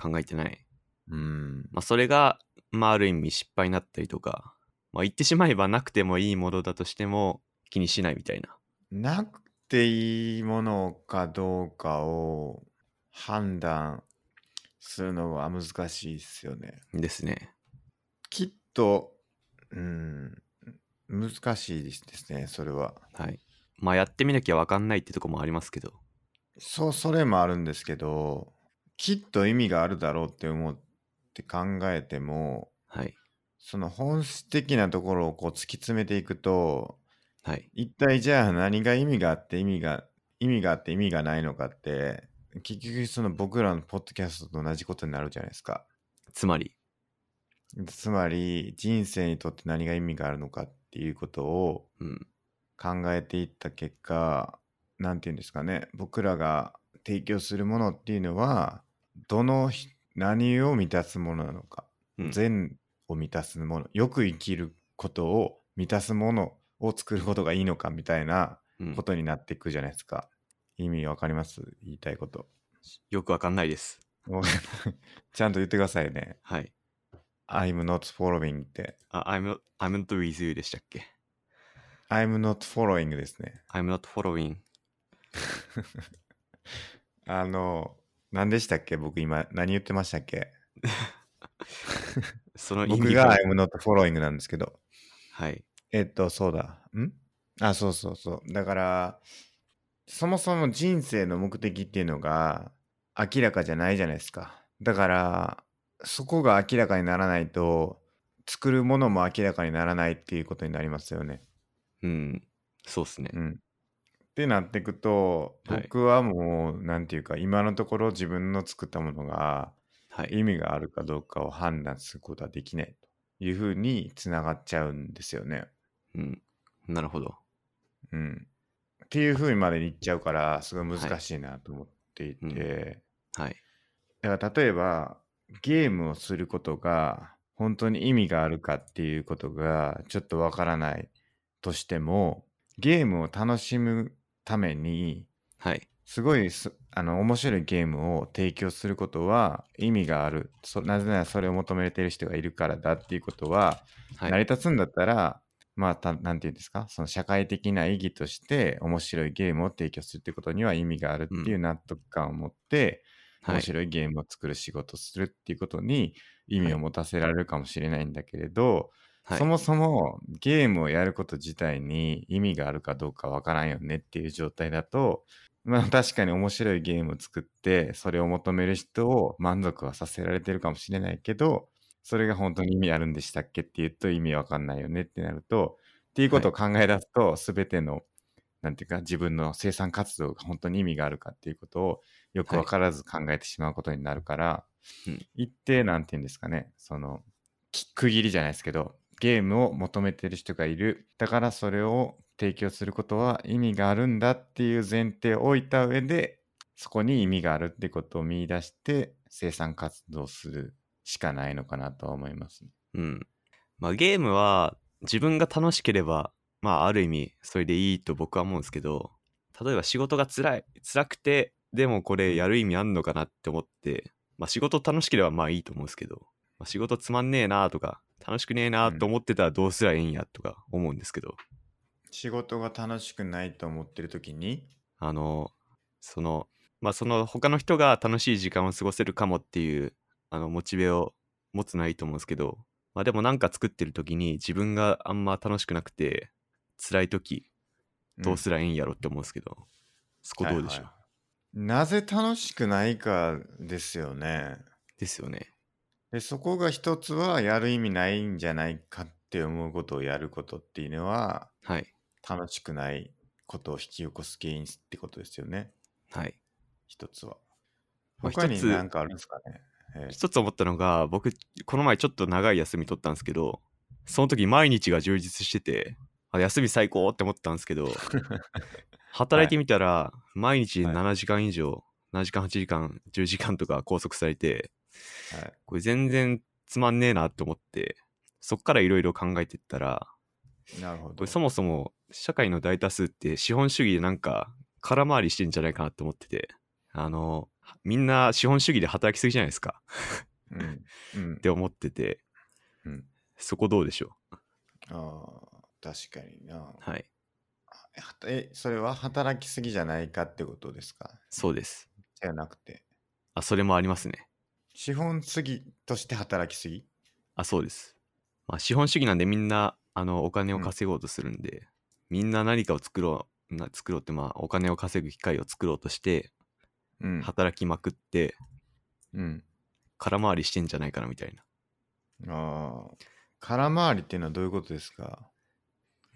考えてない。
うん。
まあ、それが、まあ、ある意味失敗になったりとか、まあ、言ってしまえばなくてもいいものだとしても気にしないみたいな。
なくていいものかどうかを判断するのは難しいですよね。
ですね。
きっと、うん、難しいですね、それは。
はい。まあ、やってみなきゃわかんないってとこもありますけど。
そう、それもあるんですけど、きっと意味があるだろうって思って考えても、
はい。
その本質的なところをこう突き詰めていくと、
はい。
一体じゃあ何が意味があって意味が意味があって意味がないのかって結局その僕らのポッドキャストと同じことになるじゃないですか
つまり、
つまり人生にとって何が意味があるのかっていうことを
うん。
考えていった結果何て言うんですかね僕らが提供するものっていうのはどのひ何を満たすものなのか、
うん
善を満たすものよく生きることを満たすものを作ることがいいのかみたいな
うん
こ、とになっていくじゃないですか。意味わかります言いたいこと。
よくわかんないです。
もうちゃんと言ってくださいね。
はい。
I'm not following って。
あ、I'm not, I'm not with you でしたっけ
I'm not following ですね。
?I'm not following.
あの、何でしたっけ僕今何言ってましたっけ
その意味
僕が I'm not following なんですけど。
はい。
えっと、そうだ。んあ、そうそうそう。だから、そもそも人生の目的っていうのが明らかじゃないじゃないですか。だから、そこが明らかにならないと、作るものも明らかにならないっていうことになりますよね。
うん、そうっすね。
うん。ってなってくと、
はい。
僕はもう、なんていうか、今のところ自分の作ったものが
はい。
意味があるかどうかを判断することはできないというふうにつながっちゃうんですよね。
うん。なるほど。
うん。っていう風にまでにいっちゃうからすごい
は
難
い。
しいなと思ってい
うん。
て
はい。
だから例えばゲームをすることが本当に意味があるかっていうことがちょっとわからないとしてもゲームを楽しむために
はい。
すごいすあの面白いゲームを提供することは意味があるそなぜならそれを求めている人がいるからだっていうことは
はい。
成り立つんだったらまあたなんていうんですかその社会的な意義として面白いゲームを提供するってことには意味がある
う
ってい
ん。
う納得感を持って
は
面
い。
白いゲームを作る仕事をするっていうことに意
は
味を
い。
持たせられるかもしれないんだけれど
は
そ
い。
もそもゲームをやること自体に意味があるかどうかわからんよねっていう状態だとまあ 確かに面白いゲームを作ってそれを求める人を満足はさせられてるかもしれないけどそれが本当に意味あるんでしたっけって言うと意味わかんないよねってなるとっていうこ
は
とを
い。
考え出すと全てのなんていうか自分の生産活動が本当に意味があるかっていうことをよく
は
わ
い。
からず考えてしまうことになるから
うん。
一定なんて言うんですかねそのき区切りじゃないですけどゲームを求めてる人がいるだからそれを提供することは意味があるんだっていう前提を置いた上でそこに意味があるってことを見出して生産活動するしかないのかなとは思いますね。
うん。まあゲームは自分が楽しければ、まあある意味それでいいと僕は思うんですけど、例えば仕事が辛い、辛くて、でもこ
う
れや
ん、
る意味あんのかなって思って、まあ仕事楽しければまあいいと思うんですけど、まあ、仕事つまんねえなとか、楽しくねえ
う
なと
ん
思ってたらどうすりゃいいんやとか思うんですけど、
仕事が楽しくないと思ってる時に
あの、その、まあその他の人が楽しい時間を過ごせるかもっていう、あの、モチベを持つのはいいと思うんですけど、まあでもなんか作ってる時に自分があんま楽しくなくて、辛い時、
う
どうんすりゃいいんやろって思うんですけど、そこ
はい
どうで
は
し
い
ょう
なぜ楽しくないかですよね。
ですよね。
で、そこが一つはやる意味ないんじゃないかって思うことをやることっていうのは
はい。
楽しくないことを引き起こす原因ってことですよね。
はい。
一つは。
まあ
他
一
に何
つ、
かあるんですかね。え
一つ思ったのが、僕、この前ちょっと長い休み取ったんですけど、その時毎日が充実してて、あ休み最高って思ったんです けど、
えは
働いて
い。
みたら毎日
はい。
7時間以上7時間8時間10時間とか拘束されて
はい。
これ全然つまんねえなと思ってそっからいろいろ考えてったら
なるほ
これそ
ど。
もそも社会の大多数って資本主義でなんか空回りしてんじゃないかなと思っててあのみんな資本主義で働きすぎじゃないですか
うん。う
っ
ん。
て思ってて
うん。
そこどうでしょう
ああ、確かにな。
はい
え、はたえそれは働きすぎじゃないかってことですか
そうです
じゃなくて。
あそれもありますね
資本主義として働きすぎ
あ、そうです。まあ、資本主義なんでみんな、あの、お金
う
を
ん。
稼ごうとするんで、みんな何かを作ろう、な作ろうって、まあ、お金を稼ぐ機会を作ろうとして、
うん。
働きまくって、
うん。
空回りしてんじゃないかな、みたいな。
ああ、空回りっていうのはどういうことですか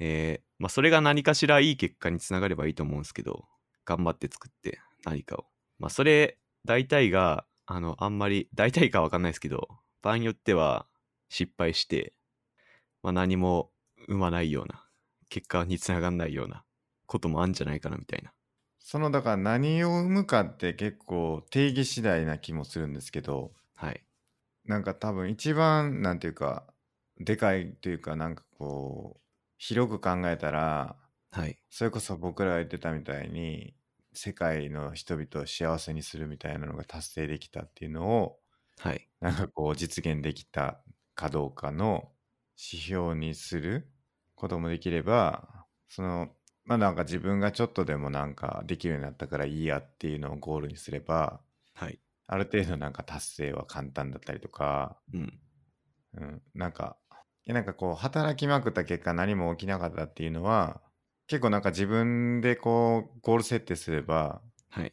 えー、まあ、それが何かしらいい結果につながればいいと思うんですけど、頑張って作って、何かを。まあ、それ、大体が、あの、あんまり、大体かわかんないですけど、場合によっては、失敗して、まあ、何も生まないような結果につながんないようなこともあるんじゃないかなみたいな
そのだから何を生むかって結構定義次第な気もするんですけど
はい
なんか多分一番なんていうかでかいというかなんかこう広く考えたら
はい
それこそ僕らが言ってたみたいに世界の人々を幸せにするみたいなのが達成できたっていうのを
はい
なんかこう実現できたかどうかの指標にすることもできればそのまあなんか自分がちょっとでもなんかできるようになったからいいやっていうのをゴールにすれば
はい
ある程度なんか達成は簡単だったりとか、
うん
うん、なんかいやなんかこう働きまくった結果何も起きなかったっていうのは結構なんか自分でこうゴール設定すれば
はい。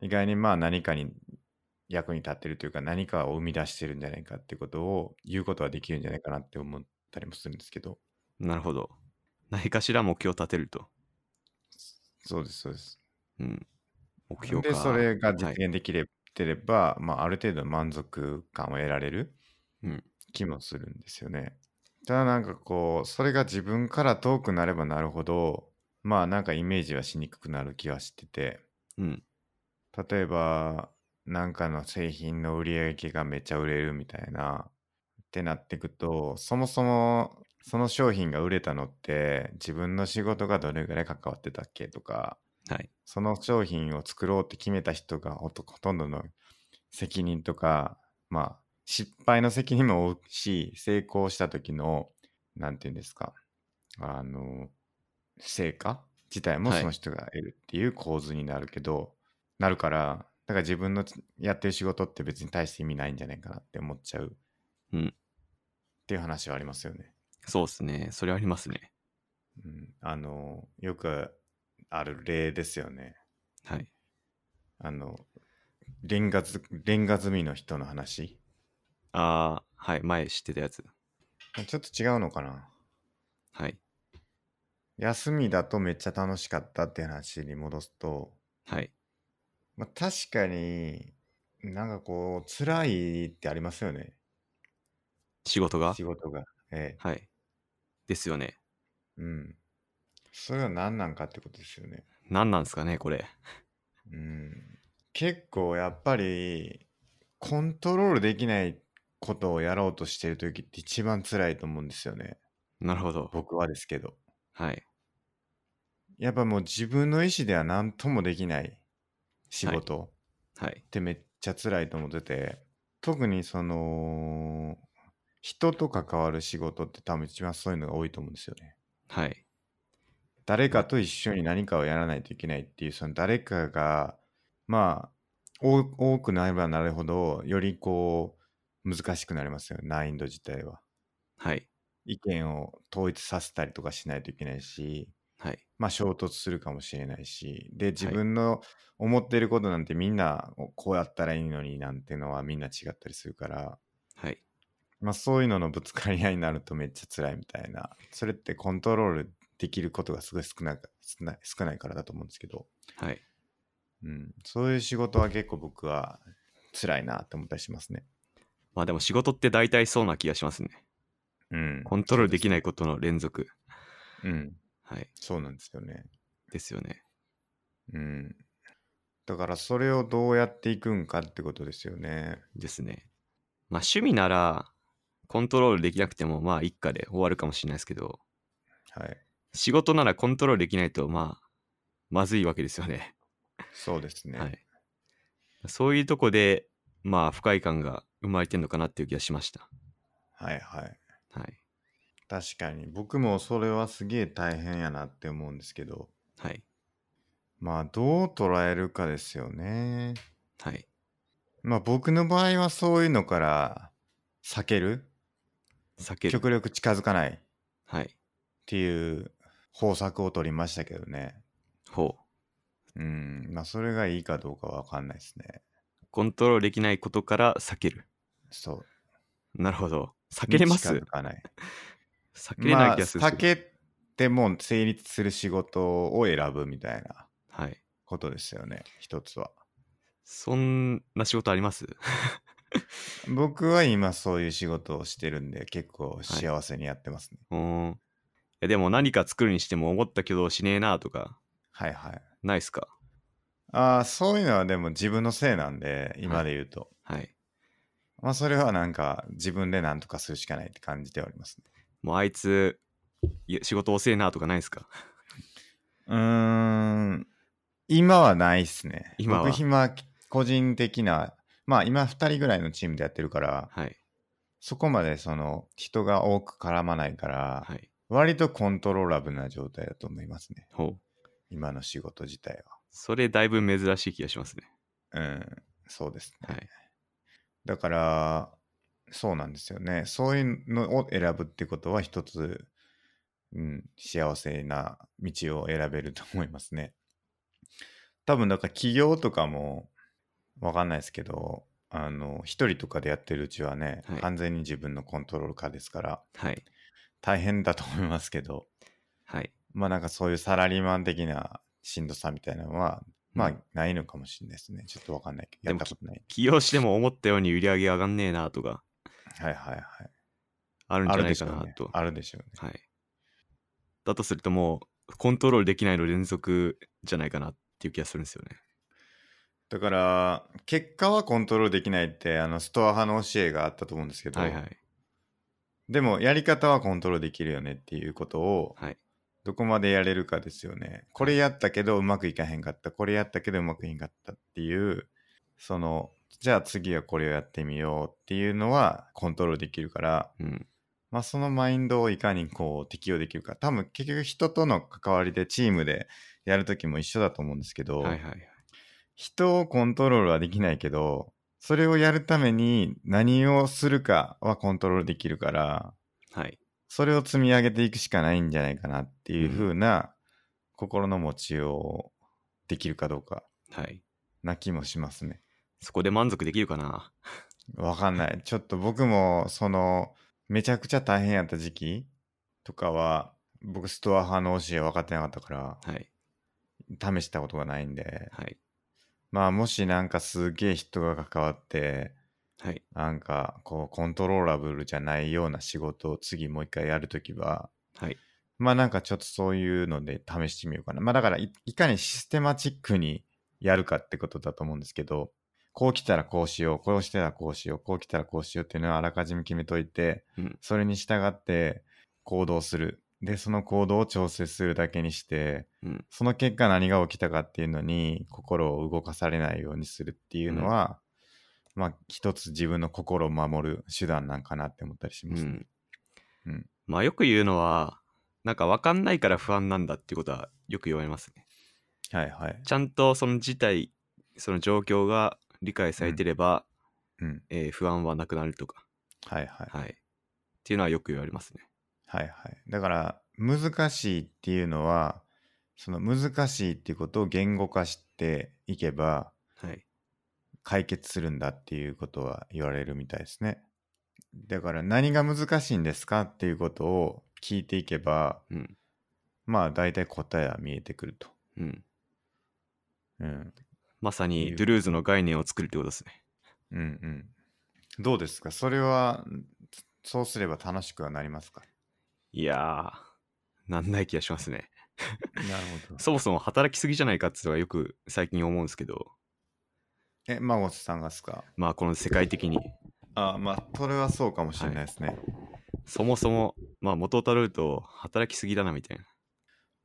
意外にまあ何かに役に立ってるというか何かを生み出してるんじゃないかってことを言うことはできるんじゃないかなって思ったりもするんですけど
なるほど。何かしら目標を立てると。
そうですそうです。
うん。目標
で
か。
それが実
はい。
現できれ,、てれば、まあ、ある程度満足感を得られる
うん
気もするんですよね。ただなんかこうそれが自分から遠くなればなるほどまあなんかイメージはしにくくなる気はしてて
うん。
例えばなんかの製品の売り上げがめちゃ売れるみたいなってなってくとそもそもその商品が売れたのって自分の仕事がどれぐらい関わってたっけとか
はい。
その商品を作ろうって決めた人がほとほとんどの責任とか、まあ、失敗の責任も負うし、成功した時の、なんていうんですか、あの、成果自体も
はい
その人が得るっていう構図になるけど、なるから、だから自分のやってる仕事って別に大して意味ないんじゃないかなって思っちゃう。
うん
っていう話はありますよね。
そうですね。それありますね。
うん。あの、よくある例ですよね。
はい。
あの、レンガずレンガ積みの人の話。
ああ、はい。前知ってたやつ。
ちょっと違うのかな
はい。
休みだとめっちゃ楽しかったって話に戻すと、
はい。
まあ、確かになんかこう、辛いってありますよね。
仕事が
仕事が。ええ。
はい。ですよね。
うん。それは何なんかってことですよね。
何なんですかね、これ。
うん。結構やっぱり、コントロールできないことをやろうとしてるときって一番辛いと思うんですよね。
なるほど。
僕はですけど。
はい。
やっぱもう自分の意思では何ともできない仕事
はい
っ。てめっちゃ辛いと思ってて、特にその人と関わる仕事って多分一番そういうのが多いと思うんですよね。
はい。
誰かと一緒に何かをやらないといけないっていうその誰かがまあお多くなればなるほどよりこう難しくなりますよ難易度自体は。
はい。
意見を統一させたりとかしないといけないし
はい。
まあ、衝突するかもしれないしで自
はい
分の思ってることなんてみんなこうやったらいいのになんてのはみんな違ったりするから、
はい。
まあ、そういうののぶつかり合いになるとめっちゃ辛いみたいなそれってコントロールできることがすごい少なか少ない少ないからだと思うんですけど、
はい。
うん、そういう仕事は結構僕は辛いなって思ったりしますね。
まあでも仕事って大体そうな気がしますね。
うん、
コントロールでき
い、
ないことの連続。
うん、
はい。
そうなんですよね。
ですよね。
うん、だからそれをどうやっていくんかってことですよね。
ですね。まあ趣味なら、コントロールできなくても、まあ一家で終わるかもしれないですけど、
はい
仕事ならコントロールできないと、まあ、まずいわけですよね。
そうですね。
はい。そういうとこで、まあ不快感が生まれてんのかなっていう気がしました。
はいはい。
はい。
確かに。僕もそれはすげえ大変やなって思うんですけど。
はい。
まあ、どう捉えるかですよね。
はい。
まあ、僕の場合はそういうのから避ける
避ける。
極力近づかないっ
はい。
ていう方策を取りましたけどね。
ほ
う
う。
ん。まあ、それがいいかどうかはわかんないですね。
コントロールできないことから避ける。
そう。
なるほど。避けれま
近
す
づかない。
避けれな
ま
い
あ、
気がするんです
避
けど。
けても成立する仕事を選ぶみたいな
はい。
ことですよね。一つは。
そんな仕事あります
僕は今そういう仕事をしてるんで結構幸せにやってますね。
うーん。いやでも何か作るにしても思ったけどしねえなとか、
はい、はい、
ないっすか
ああそういうのはでも自分のせいなんで今で言うと、
はい。
まあそれはなんか自分で何とかするしかないって感じてはありますね。
もうあいつ、いや仕事遅えなとかないっすか
うーん今はないっすね。
今は
僕今個人的なまあ今2人ぐらいのチームでやってるから
はい。
そこまでその人が多く絡まないから、
はい。
割とコントローラブルな状態だと思いますね
ほう。
今の仕事自体
それだいぶ珍しい気がしますね。
は。うんそうですね。
はい。
だから、そうなんですよね。そういうのを選ぶってことは一つ、うん、幸せな道を選べると思いますね。多分、だから企業とかもわかんないですけど、あの、一人とかでやってるうちはね、
はい
完全に自分のコントロール下ですから、
はい。
大変だと思いますけど、
はい。
まあなんかそういうサラリーマン的なしんどさみたいなのは、ま
う
あ
ん
ないのかもしれないですね。ちょっとわかんないけど、
で
やっ
も
たことない。
起業しても思ったように売り上げ上がんねえなとか、
はいはいはい。
あるんじ
あ
ゃ
る
な
で
い
し
か
ょう
な
ね
と。。
あるでしょうね。
はい。だとするともう、コントロールできないの連続じゃないかなっていう気がするんですよね。
だから、結果はコントロールできないって、あの、ストア派の教えがあったと思うんですけど、
はいはい。
でも、やり方はコントロールできるよねっていうことを、
はい。
どこまでやれるかですよね。これやったけどうまくいかへんかった、これやったけどうまくいかへんかったっていう、その、じゃあ次はこれをやってみようっていうのはコントロールできるから、
うん。
まあ、そのマインドをいかにこう適用できるか多分結局人との関わりでチームでやるときも一緒だと思うんですけど、
はいはいはい。
人をコントロールはできないけどそれをやるために何をするかはコントロールできるから
はい。
それを積み上げていくしかないんじゃないかなっていう風な心の持ちをできるかどうか
はい。
な気もしますね。
そこで満足できるかな
わかんない。ちょっと僕も、その、めちゃくちゃ大変やった時期とかは、僕、ストア派の教え分かってなかったか
はい。
ら、試したことがないんで、
はい。
まあ、もしなんかすげえ人が関わって、
はい。
なんか、こう、コントローラブルじゃないような仕事を次もう一回やるときは、
はい。
まあ、なんかちょっとそういうので試してみようかな。まあ、だからい、いかにシステマチックにやるかってことだと思うんですけど、こう来たらこうしよう、こうしたらこうしよう、こう来たらこうしようっていうのはあらかじめ決めといて、
うん
それに従って行動する。で、その行動を調整するだけにして、
うん。
その結果何が起きたかっていうのに心を動かされないようにするっていうのは、まあ一つ自分の心を守る手段なんかなって思ったりし
う
ますね。
ん。
うん
まあよく言うのは、なんか分かんないから不安なんだっていうことはよく言われますね。
はいはい。
ちゃんとその事態、その状況が理解されてれば、
うん。
えー不安はなくなるとか、
はいはい。
はい。っていうのはよく言われますね。
はいはい。だから、難しいっていうのは、その難しいっていうことを言語化していけば
はい。
解決するんだっていうことは言われるみたいですね。だから何が難しいんですかっていうことを聞いていけば、
うん。
まあ大体答えは見えてくると。
うん。
うん。
まさ
い
に
う
ドゥルーズの概念を作るってことですね。
うんうん。どうですかそれは、そうすれば楽しくはなりますか
いやー、なんない気がしますね。
なるほど。
そもそも働きすぎじゃないかっていうのはよく最近思うんですけど、
え、孫さんがですか
まあこの世界的に、
あまあ、それはそうかもしれないですね。
そもそも、まあ元をたると働きすぎだなみたいな。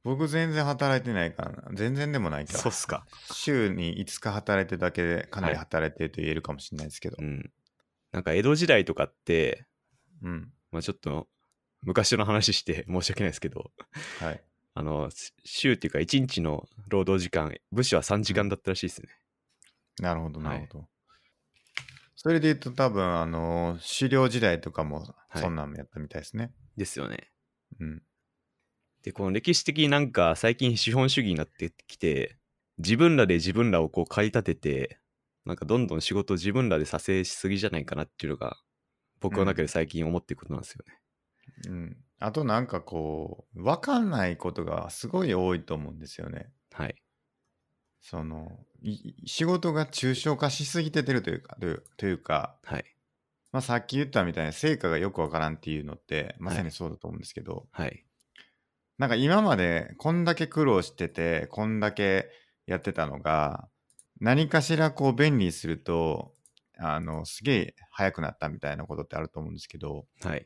僕全然働いてないからな全然でもないか
そうっすか。
週に5日働いてるだけでかなり働いてると言えるかもしれないですけど、
うん。なんか江戸時代とかって、
うん
まあちょっと昔の話して申し訳ないですけど、
はい
あの、し週っていうか1日の労働時間、武士は3時間だったらしいですね。
なるほど
は
ないるほど、それで言うと多分あの狩猟時代とかも
はい
そんなんやったみたいですね、
ですよね。
うん
で、この歴史的になんか最近資本主義になってきて、自分らで自分らをこう駆り立てて、なんかどんどん仕事を自分らでさせしすぎじゃないかなっていうのが、僕の中で最近思ってることなんですよね。
うん、あとなんかこう分かんないことがすごい多いと思うんですよね
はい。
そのい仕事が抽象化しすぎててるというかというというか
はい。
まあ、さっき言ったみたいな成果がよくわからんっていうのってまさにそうだと思うんですけど、
はい。
なんか今までこんだけ苦労しててこんだけやってたのが何かしらこう便利にするとあのすげえ早くなったみたいなことってあると思うんですけど
はい。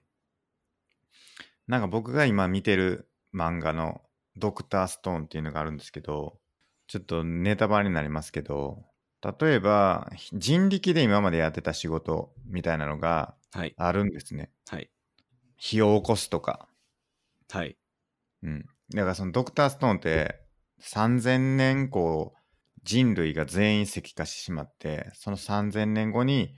なんか僕が今見てる漫画の「ドクターストーン」っていうのがあるんですけどちょっとネタバレになりますけど例えば人力で今までやってた仕事みたいなのが
はい。
あるんですね
はい。
火を起こすとか
はい。
うん。だからそのドクターストーンって3000年こう人類が全員石化してしまってその3000年後に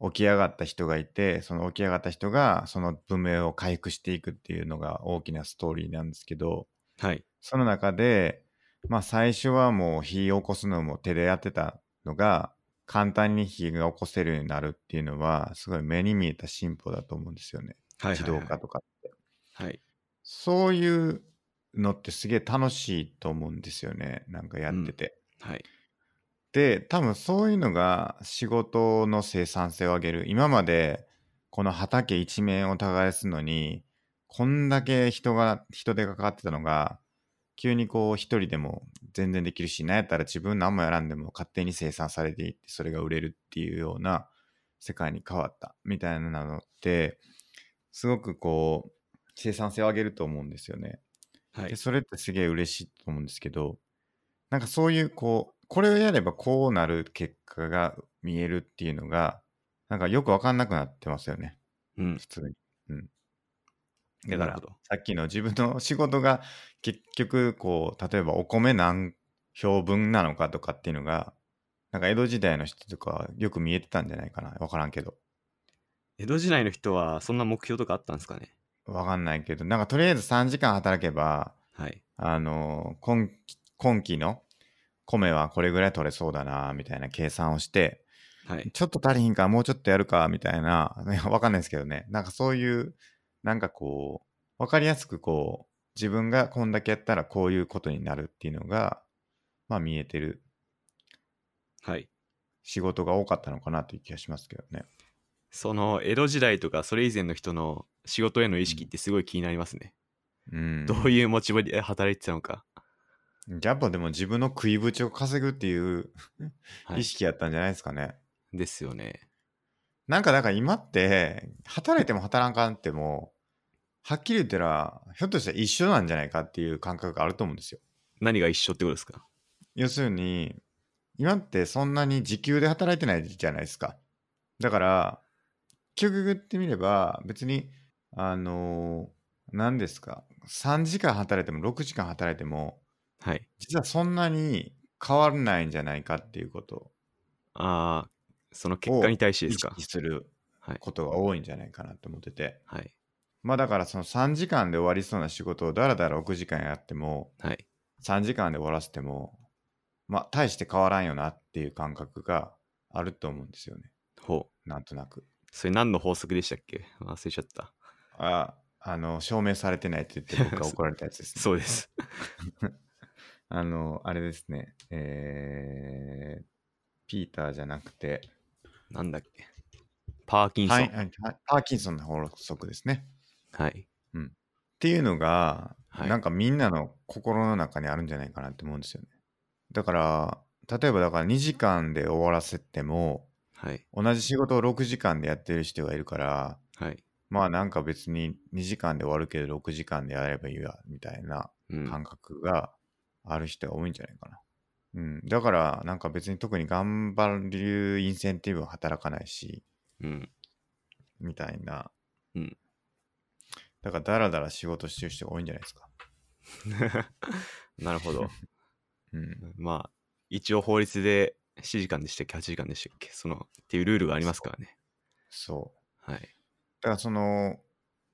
起き上がった人がいてその起き上がった人がその文明を回復していくっていうのが大きなストーリーなんですけど
はい。
その中で、まあ、最初はもう火を起こすのも手でやってたのが簡単に火が起こせるようになるっていうのはすごい目に見えた進歩だと思うんですよね
はいはいはい。
自動化とかって、
はい。
そういうのってすげえ楽しいと思うんですよねなんかやってて、
はい。
で多分そういうのが仕事の生産性を上げる今までこの畑一面を耕すのにこんだけ人が人手がかかってたのが急にこう一人でも全然できるしなんやったら自分何もやらんでも勝手に生産されていってそれが売れるっていうような世界に変わったみたいなのってすごくこう生産性を上げると思うんですよね。
はい
で。それってすげえ嬉しいと思うんですけどなんかそういうこうこれをやればこうなる結果が見えるっていうのがなんかよくわかんなくなってますよね
うん。
普通に。うん、だか
なる
ら
ほど
さっきの自分の仕事が結局こう例えばお米何俵分なのかとかっていうのがなんか江戸時代の人とかはよく見えてたんじゃないかなわからんけど
江戸時代の人はそんな目標とかあったんですかね
わかんないけどなんかとりあえず3時間働けば
はい。
あの今期今期の米はこれぐらい取れそうだなみたいな計算をして
はい。
ちょっと足りひんからもうちょっとやるかみたいないやわかんないですけどね なんかそういうなんかこうわかりやすくこう自分がこんだけやったらこういうことになるっていうのがまあ見えてる
はい。
仕事が多かったのかなという気がしますけどね
その江戸時代とかそれ以前の人の仕事への意識ってすごい気になりますね。
うん
どういうモチベで働いてたのか。
やっぱでも自分の食いぶちを稼ぐっていう
はい
意識やったんじゃないですかね、
ですよね。
なんかだから今って働いても働かんってもはっきり言ったらひょっとしたら一緒なんじゃないかっていう感覚があると思うんですよ。
何が一緒ってことですか
要するに今ってそんなに時給で働いてないじゃないですか。だから結局言ってみれば別にあの何ですか3時間働いても6時間働いても
はい。
実はそんなに変わらないんじゃないかっていうこと
ああ、その結果に対して
を
で
意
すか
識。する
はい。
ことが多いんじゃないかなと思ってて。
はい。
まあだからその3時間で終わりそうな仕事をだらだら6時間やっても
はい。
3時間で終わらせてもまあ大して変わらんよなっていう感覚があると思うんですよね。
ほう。
なんとなく。
それ何の法則でしたっけ忘れちゃった。
ああの証明されてないって言って僕が怒られたやつですね。
そうです。
あのあれですね。えー、ピーターじゃなくて
なんだっけ。パーキンソ
は
ン。はいい。
はいパーキンソンの法則ですね。っていうのが、
はい
なんかみんなの心の中にあるんじゃないかなって思うんですよね。だから例えばだから2時間で終わらせても
はい。
同じ仕事を6時間でやってる人がいるから
はい。
まあなんか別に2時間で終わるけど6時間でやればいいわみたいな
うん。
感覚がある人が多いんじゃないかな。うん、だからなんか別に特に頑張るインセンティブは働かないし
うん。
みたいな、
うん、
だからダラダラ仕事してる人が多いんじゃないですか。
なるほ ど。
うん
まあ、一応法律で7時間でしたっけ、8時間でしたっけ、その、っていうルールがありますからね。
そう。
はい。
だからその、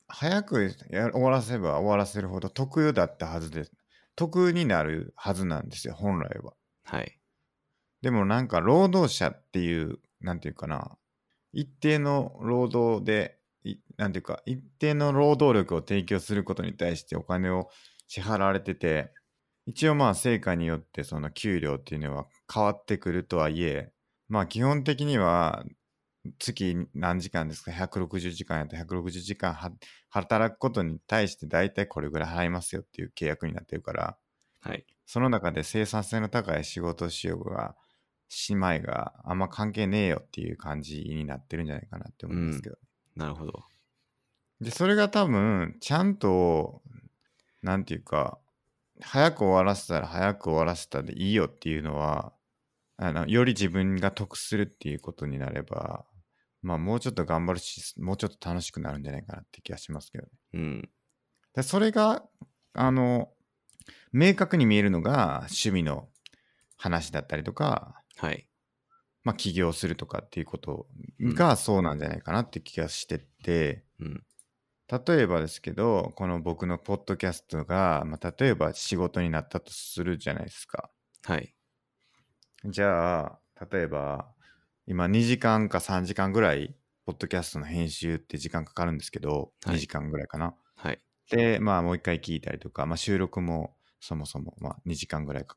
早くや終わらせば終わらせるほど得だったはずです。得になるはずなんですよ、本来は。
はい。
でもなんか労働者っていう、なんていうかな、一定の労働で、いなんていうか、一定の労働力を提供することに対してお金を支払われてて、一応まあ成果によってその給料っていうのは変わってくるとはいえ、まあ基本的には月何時間ですか、160時間やったら160時間は働くことに対して大体これぐらい払いますよっていう契約になってるから、
はい。
その中で生産性の高い仕事をしようが、姉妹があんま関係ねえよっていう感じになってるんじゃないかなって思うんですけど。
なるほど。
で、それが多分、ちゃんと、なんていうか、早く終わらせたら早く終わらせたでいいよっていうのは、あのより自分が得するっていうことになれば、まあもうちょっと頑張るし、もうちょっと楽しくなるんじゃないかなって気がしますけどね。
うん。
でそれがあの明確に見えるのが趣味の話だったりとか
はい。
まあ、起業するとかっていうことがそうなんじゃないかなって気がしてて、
うん。
例えばですけど、この僕のポッドキャストが、まあ、例えば仕事になったとするじゃないですか。
はい。
じゃあ、例えば、今2時間か3時間ぐらい、ポッドキャストの編集って時間かかるんですけど、
はい
2時間ぐらいかな。
はい。
で、まあもう一回聞いたりとか、まあ収録もそもそも、まあ2時間ぐらいか、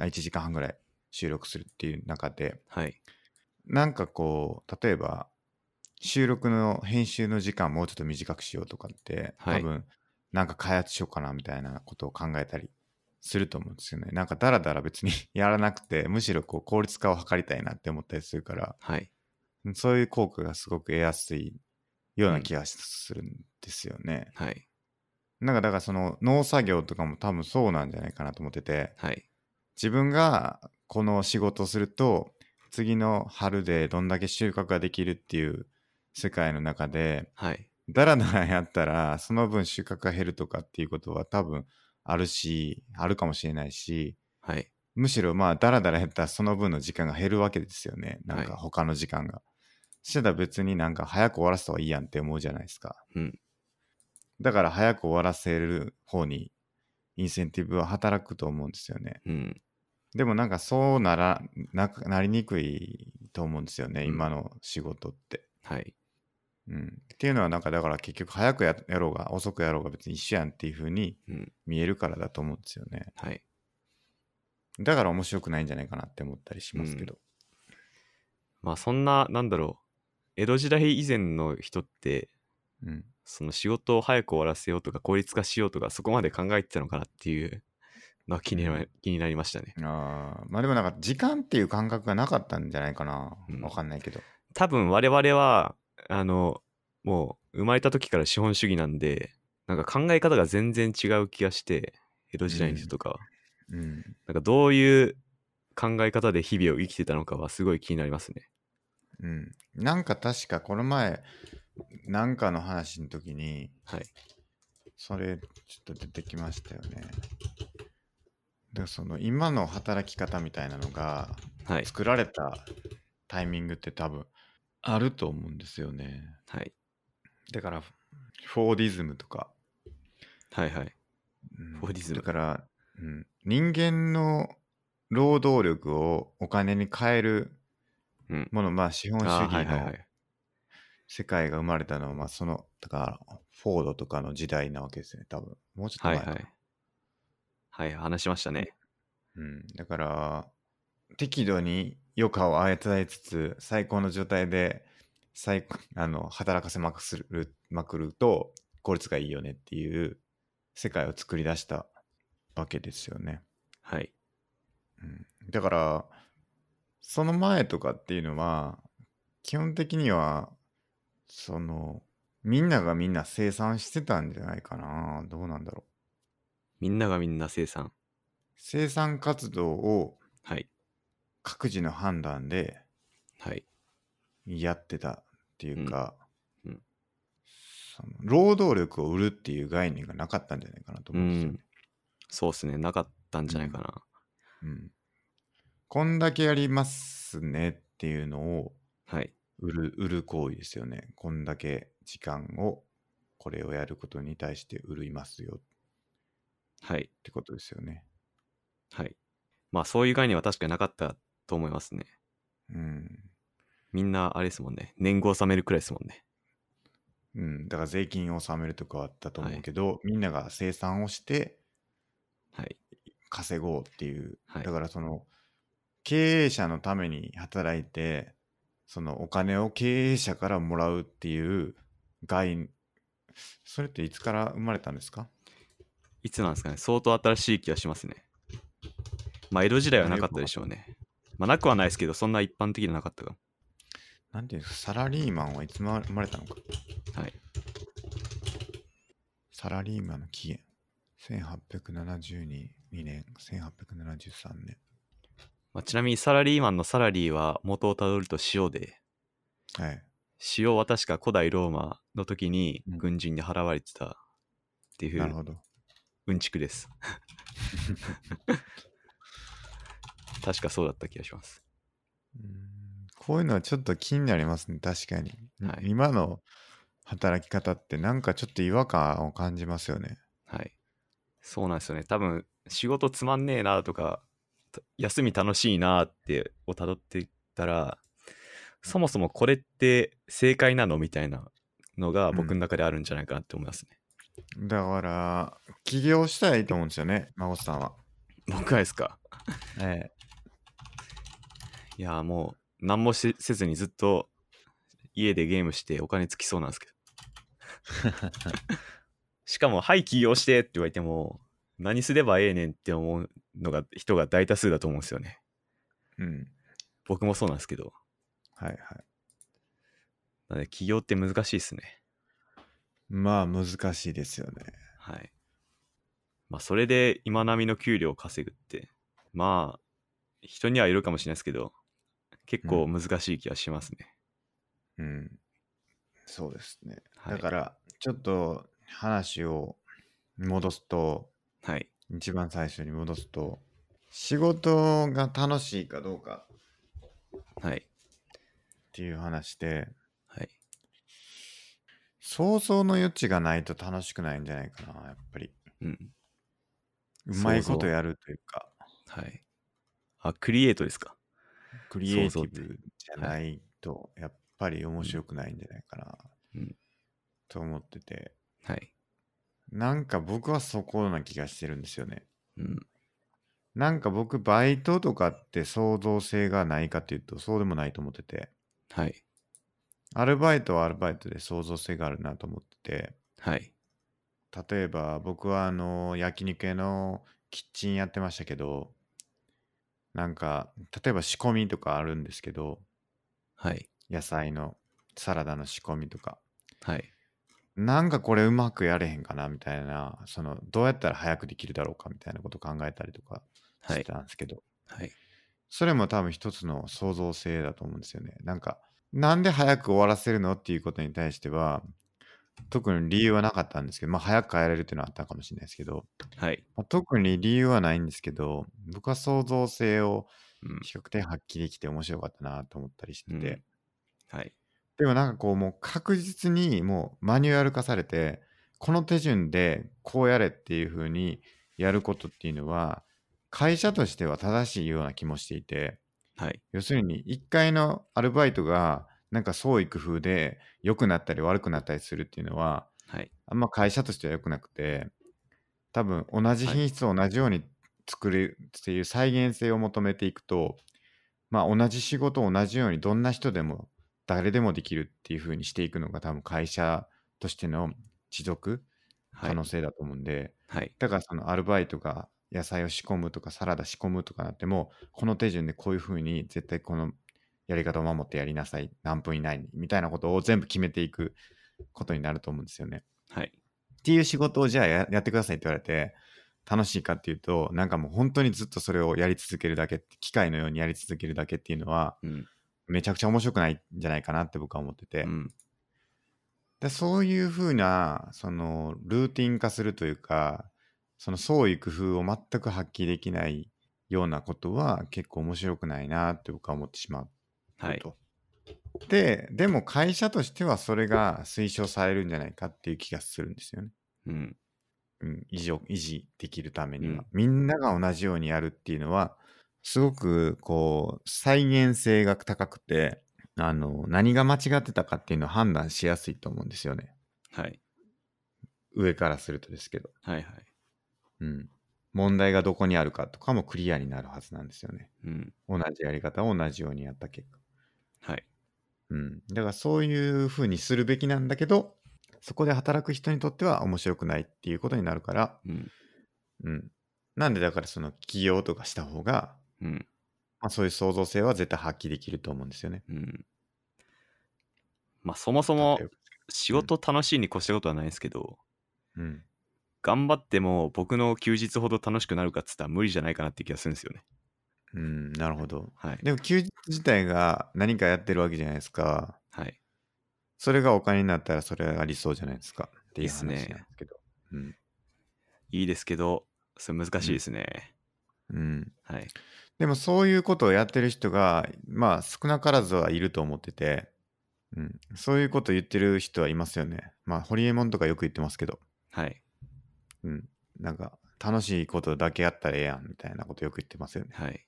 あ1時間半ぐらい収録するっていう中で、
はい。
なんかこう、例えば、収録の編集の時間もうちょっと短くしようとかって、
はい
多分、なんか開発しようかなみたいなことを考えたりすると思うんですよね。なんかダラダラ別に やらなくて、むしろこう効率化を図りたいなって思ったりするから、
はい。
そういう効果がすごく得やすいような気がするんですよね。
はい。
なんかだからその農作業とかも多分そうなんじゃないかなと思ってて、
はい。
自分がこの仕事をすると次の春でどんだけ収穫ができるっていう世界の中で
はい。
ダラダラやったらその分収穫が減るとかっていうことは多分あるしあるかもしれないし
はい。
むしろまあダラダラやったらその分の時間が減るわけですよねなん
は
か
い
他の時間が。そしたら別になんか早く終わらせた方がいいやんって思うじゃないですか。
うん
だから早く終わらせる方にインセンティブは働くと思うんですよね。
うん。
でもなんかそうならなくなりにくいと思うんですよね、
うん
今の仕事って、
はい。
うん。っていうのはなんかだから結局早くややろうが遅くやろうが別に一緒やんっていう風に
うん。
見えるからだと思うんですよね。
はい。
だから面白くないんじゃないかなって思ったりしますけど。
まあそんな、なんだろう。江戸時代以前の人って、
うん。
その仕事を早く終わらせようとか効率化しようとかそこまで考えてたのかなっていう のは気にな気になりましたね。
あーまあでもなんか時間っていう感覚がなかったんじゃないかな。
うん
わかんないけど。
多分我々は、あの、もう生まれた時から資本主義なんで、なんか考え方が全然違う気がして、江戸時代の人とかは、
うん。
なんかどういう考え方で日々を生きてたのかはすごい気になりますね。
うん。なんか確かこの前、なんかの話の時に、
はい。
それ、ちょっと出てきましたよね。で、その、今の働き方みたいなのが、
はい。
作られたタイミングって多分、あると思うんですよね。
はい。
だから、フォーディズムとか。
はいはい。
うん
フォーディズム
だから、うん、人間の労働力をお金に変える
うん。
もの、まあ、資本主
あーは
義
いはい
の
はい。
世界が生まれたのは、まあ、その、だから、フォードとかの時代なわけですよね、多分。もうちょっと
はい
前か
は
な。
い。はい、話しましたね。
うん、だから適度に余暇を操りつつ最高の状態で最あの働かせまくするまくると効率がいいよねっていう世界を作り出したわけですよね。
はい。
うん、だからその前とかっていうのは基本的にはそのみんながみんな生産してたんじゃないかなどうなんだろう
みんながみんな生産。
生産活動を
はい。
各自の判断で
はい。
やってたっていうか、
うんうん
その労働力を売るっていう概念がなかったんじゃないかなと
う
思うんですよ
ん
ね。。
そうっすね。なかったんじゃないかな。
うんこんだけやりますねっていうのを
はい。
売る売る行為ですよね。こんだけ時間をこれをやることに対して売りますよっ
はい。
てことですよね。
はい。まあ、そういう概念は確かになかったと思いますね。
うん。
みんな、あれですもんね。年貢を納めるくらいですもんね。
うん、だから税金を納めるとかはあったと思うけど、みんなが生産をして
はい。
稼ごうっていう、
はい
だからその経営者のために働いてそのお金を経営者からもらうっていう概それっていつから生まれたんですか
いつなんですかね。相当新しい気がしますね。まあ、江戸時代はなかったでしょうね。まあ、なくはないですけど、そんな一般的ではなかったか
なんていうんですかサラリーマンはいつま生まれたのか
も。はい。
サラリーマンの起源1872年1873年
まあ、ちなみに、サラリーマンのサラリーは元をたどると塩で、
はい
塩は確か古代ローマの時に
うん
軍人に払われてたってい
なる
う
ほど
うんちく です。確かそうだった気がします。
うーんこういうのはちょっと気になりますね、確かに。
はい
今の働き方ってなんかちょっと違和感を感じますよね。
はい。そうなんですよね。多分、仕事つまんねえなとか、た休み楽しいなって、を辿っていったら、そもそもこれって正解なのみたいなのが
うん
僕の中であるんじゃないかなって思いますね。
だから、起業したらいいと思うんですよね、孫さんは。
僕はですか。
え
いや、もう、何もしせずにずっと家でゲームしてお金つきそうなんですけど。 しかも、はい、起業してって言われても、何すればええねんって思うのが、人が大多数だと思うんですよね。
えうん。
僕もそうなんですけど。
はいはい。
なので起業って難しいですね。
まあ、難しいですよね。
はい。まあそれで今並みの給料を稼ぐって、まあ人にはいるかもしれないですけど、結構難しい気がしますね。
うん。そうですね。
は
だ
い。
から、ちょっと話を戻すと、
はい。
一番最初に戻すと、仕事が楽しいかどうか
はい。
っていう話で、
はい。
想像の余地がないと楽しくないんじゃないかな、やっぱり。
うん。
うまい
想像
ことやるというか、
はい。あ、クリエイトですか。
クリエイテ
想
ィ
像っ
ブじゃないと、やっぱり面白くないんじゃないかな、
うん
と思ってて、
はい。
なんか僕はそこな気がしてるんですよね。
うん。
なんか僕、バイトとかって創造性がないかっていうと、そうでもないと思ってて、
はい。
アルバイトはアルバイトで創造性があるなと思ってて、
はい。
例えば僕はあの焼肉屋のキッチンやってましたけどなんか例えば仕込みとかあるんですけど
はい。
野菜のサラダの仕込みとか
はい。
なんかこれうまくやれへんかなみたいなそのどうやったら早くできるだろうかみたいなこと考えたりとか
は
して
い。
たんですけど、
はい。
それも多分一つの創造性だと思うんですよねなんかなんで早く終わらせるのっていうことに対しては特に理由はなかったんですけどまあ早く帰れるっていうのはあったかもしれないですけど
はい。
まあ特に理由はないんですけど、僕は創造性を
うん。
比較的発揮できて面白かったなと思ったりしてて、
うんはい。
でもなんかこうもう確実にもうマニュアル化されて、この手順でこうやれっていう風にやることっていうのは、会社としては正しいような気もしていて、
はい。
要するに一回のアルバイトがなんか創意工夫で良くなったり悪くなったりするっていうのは、
はい。
あんま会社としては良くなくて、多分同じ
はい
品質を同じように作るっていう再現性を求めていくと、まあ同じ仕事を同じようにどんな人でも誰でもできるっていう風にしていくのが多分会社としての持続
は
可
い
能。性だと思うんで、
はい。
だからそのアルバイトが野菜を仕込むとかサラダ仕込むとかなってもこの手順でこういう風に絶対このやり方を守ってやりなさい何分以内にみたいなことを全部決めていくことになると思うんですよね。
はい。
っていう仕事をじゃあややってくださいって言われて楽しいかっていうとなんかもう本当にずっとそれをやり続けるだけって機械のようにやり続けるだけっていうのは
うん。
めちゃくちゃ面白くないんじゃないかなって僕は思ってて、
うん。
でそういうふうなそのルーティン化するというかその創意工夫を全く発揮できないようなことは結構面白くないなって僕は思ってしまう
はい。
と。ででも会社としてはそれが推奨されるんじゃないかっていう気がするんですよね。
うん。
うん維持を維持できるためには、
うん
みんなが同じようにやるっていうのはすごくこう再現性が高くてあの何が間違ってたかっていうのを判断しやすいと思うんですよね
はい。
上からするとですけど、
はい。はい。
うん、問題がどこにあるかとかもクリアになるはずなんですよね
うん。
同じやり方を同じようにやった結果、
はい。
うん、だからそういうふうにするべきなんだけどそこで働く人にとっては面白くないっていうことになるから
うん。
うん。なんでだからその起業とかした方が、
うん。
まあ、そういう創造性は絶対発揮できると思うんですよね。
うん。まあそもそも
例えば
仕事楽しいに越したことはないですけど、
うん。
頑張っても僕の休日ほど楽しくなるかっつったら無理じゃないかなって気がするんですよね。
うん、なるほど。
はい。
でも休日自体が何かやってるわけじゃないですか。
はい。
それがお金になったらそれは理想じゃないですか。っていう
で
話
す
なん
ね
ですけど。うん
いいですけど、それ難しいですね。
うん。
はい。
でもそういうことをやってる人が、まあ少なからずはいると思ってて、うん、そういうこと言ってる人はいますよね。まあ、ホリエモンとかよく言ってますけど、
はい。
うん、なんか、楽しいことだけやったらええやんみたいなことよく言ってますよね。
はい。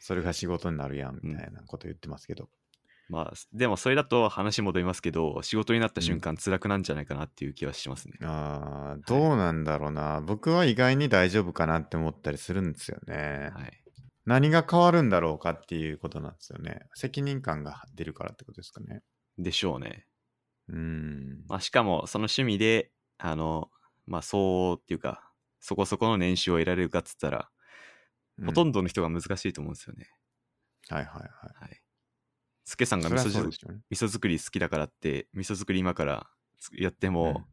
それが仕事になるやんみたいなこと言ってますけど。
まあ、でもそれだと話戻りますけど、仕事になった瞬間辛くなんじゃないかなっていう気はしますね。
あーどうなんだろうな。僕は意外に大丈夫かなって思ったりするんですよね。
はい。
何が変わるんだろうかっていうことなんですよね。責任感が出るからってことですかね。
でしょうね。
うん。
まあ、しかも、その趣味で、あの、まあ、そうっていうか、そこそこの年収を得られるかっつったら、ほとん
ど。
どの人が難しいと思うんですよね。
はいはいはい。
はい。スケさんが
そ
味
れはそ
噌
う
汁
でしょうね。
味噌作り好きだからって味噌作り今からつやっても、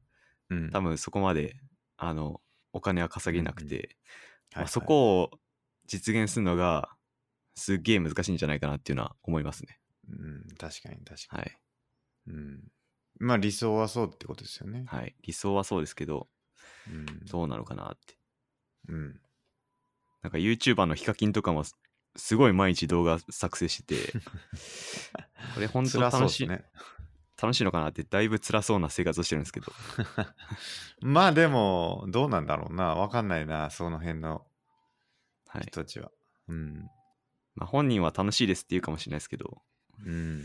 うん
多分そこまであのお金は稼げなくて、
うん
まあ、そこを実現するのがすっげえ難しいんじゃないかなっていうのは思いますね
うん、確かに確か
はい、
に。うん。まあ理想はそうってことですよね。
はい、理想はそうですけど
うん。
どうなのかなって
うん。
なんか YouTuber のヒカキンとかもすすごい毎日動画作成して てこれ本当
辛そう
楽
で
し
す
い、
ね。
楽しいのかなってだいぶ辛そうな生活をしてるんですけど
まあでも、どうなんだろうな。わかんないな、その辺の
はい、
人たちは。うん。
まあ、本人は楽しいですって言うかもしれないですけど
うん。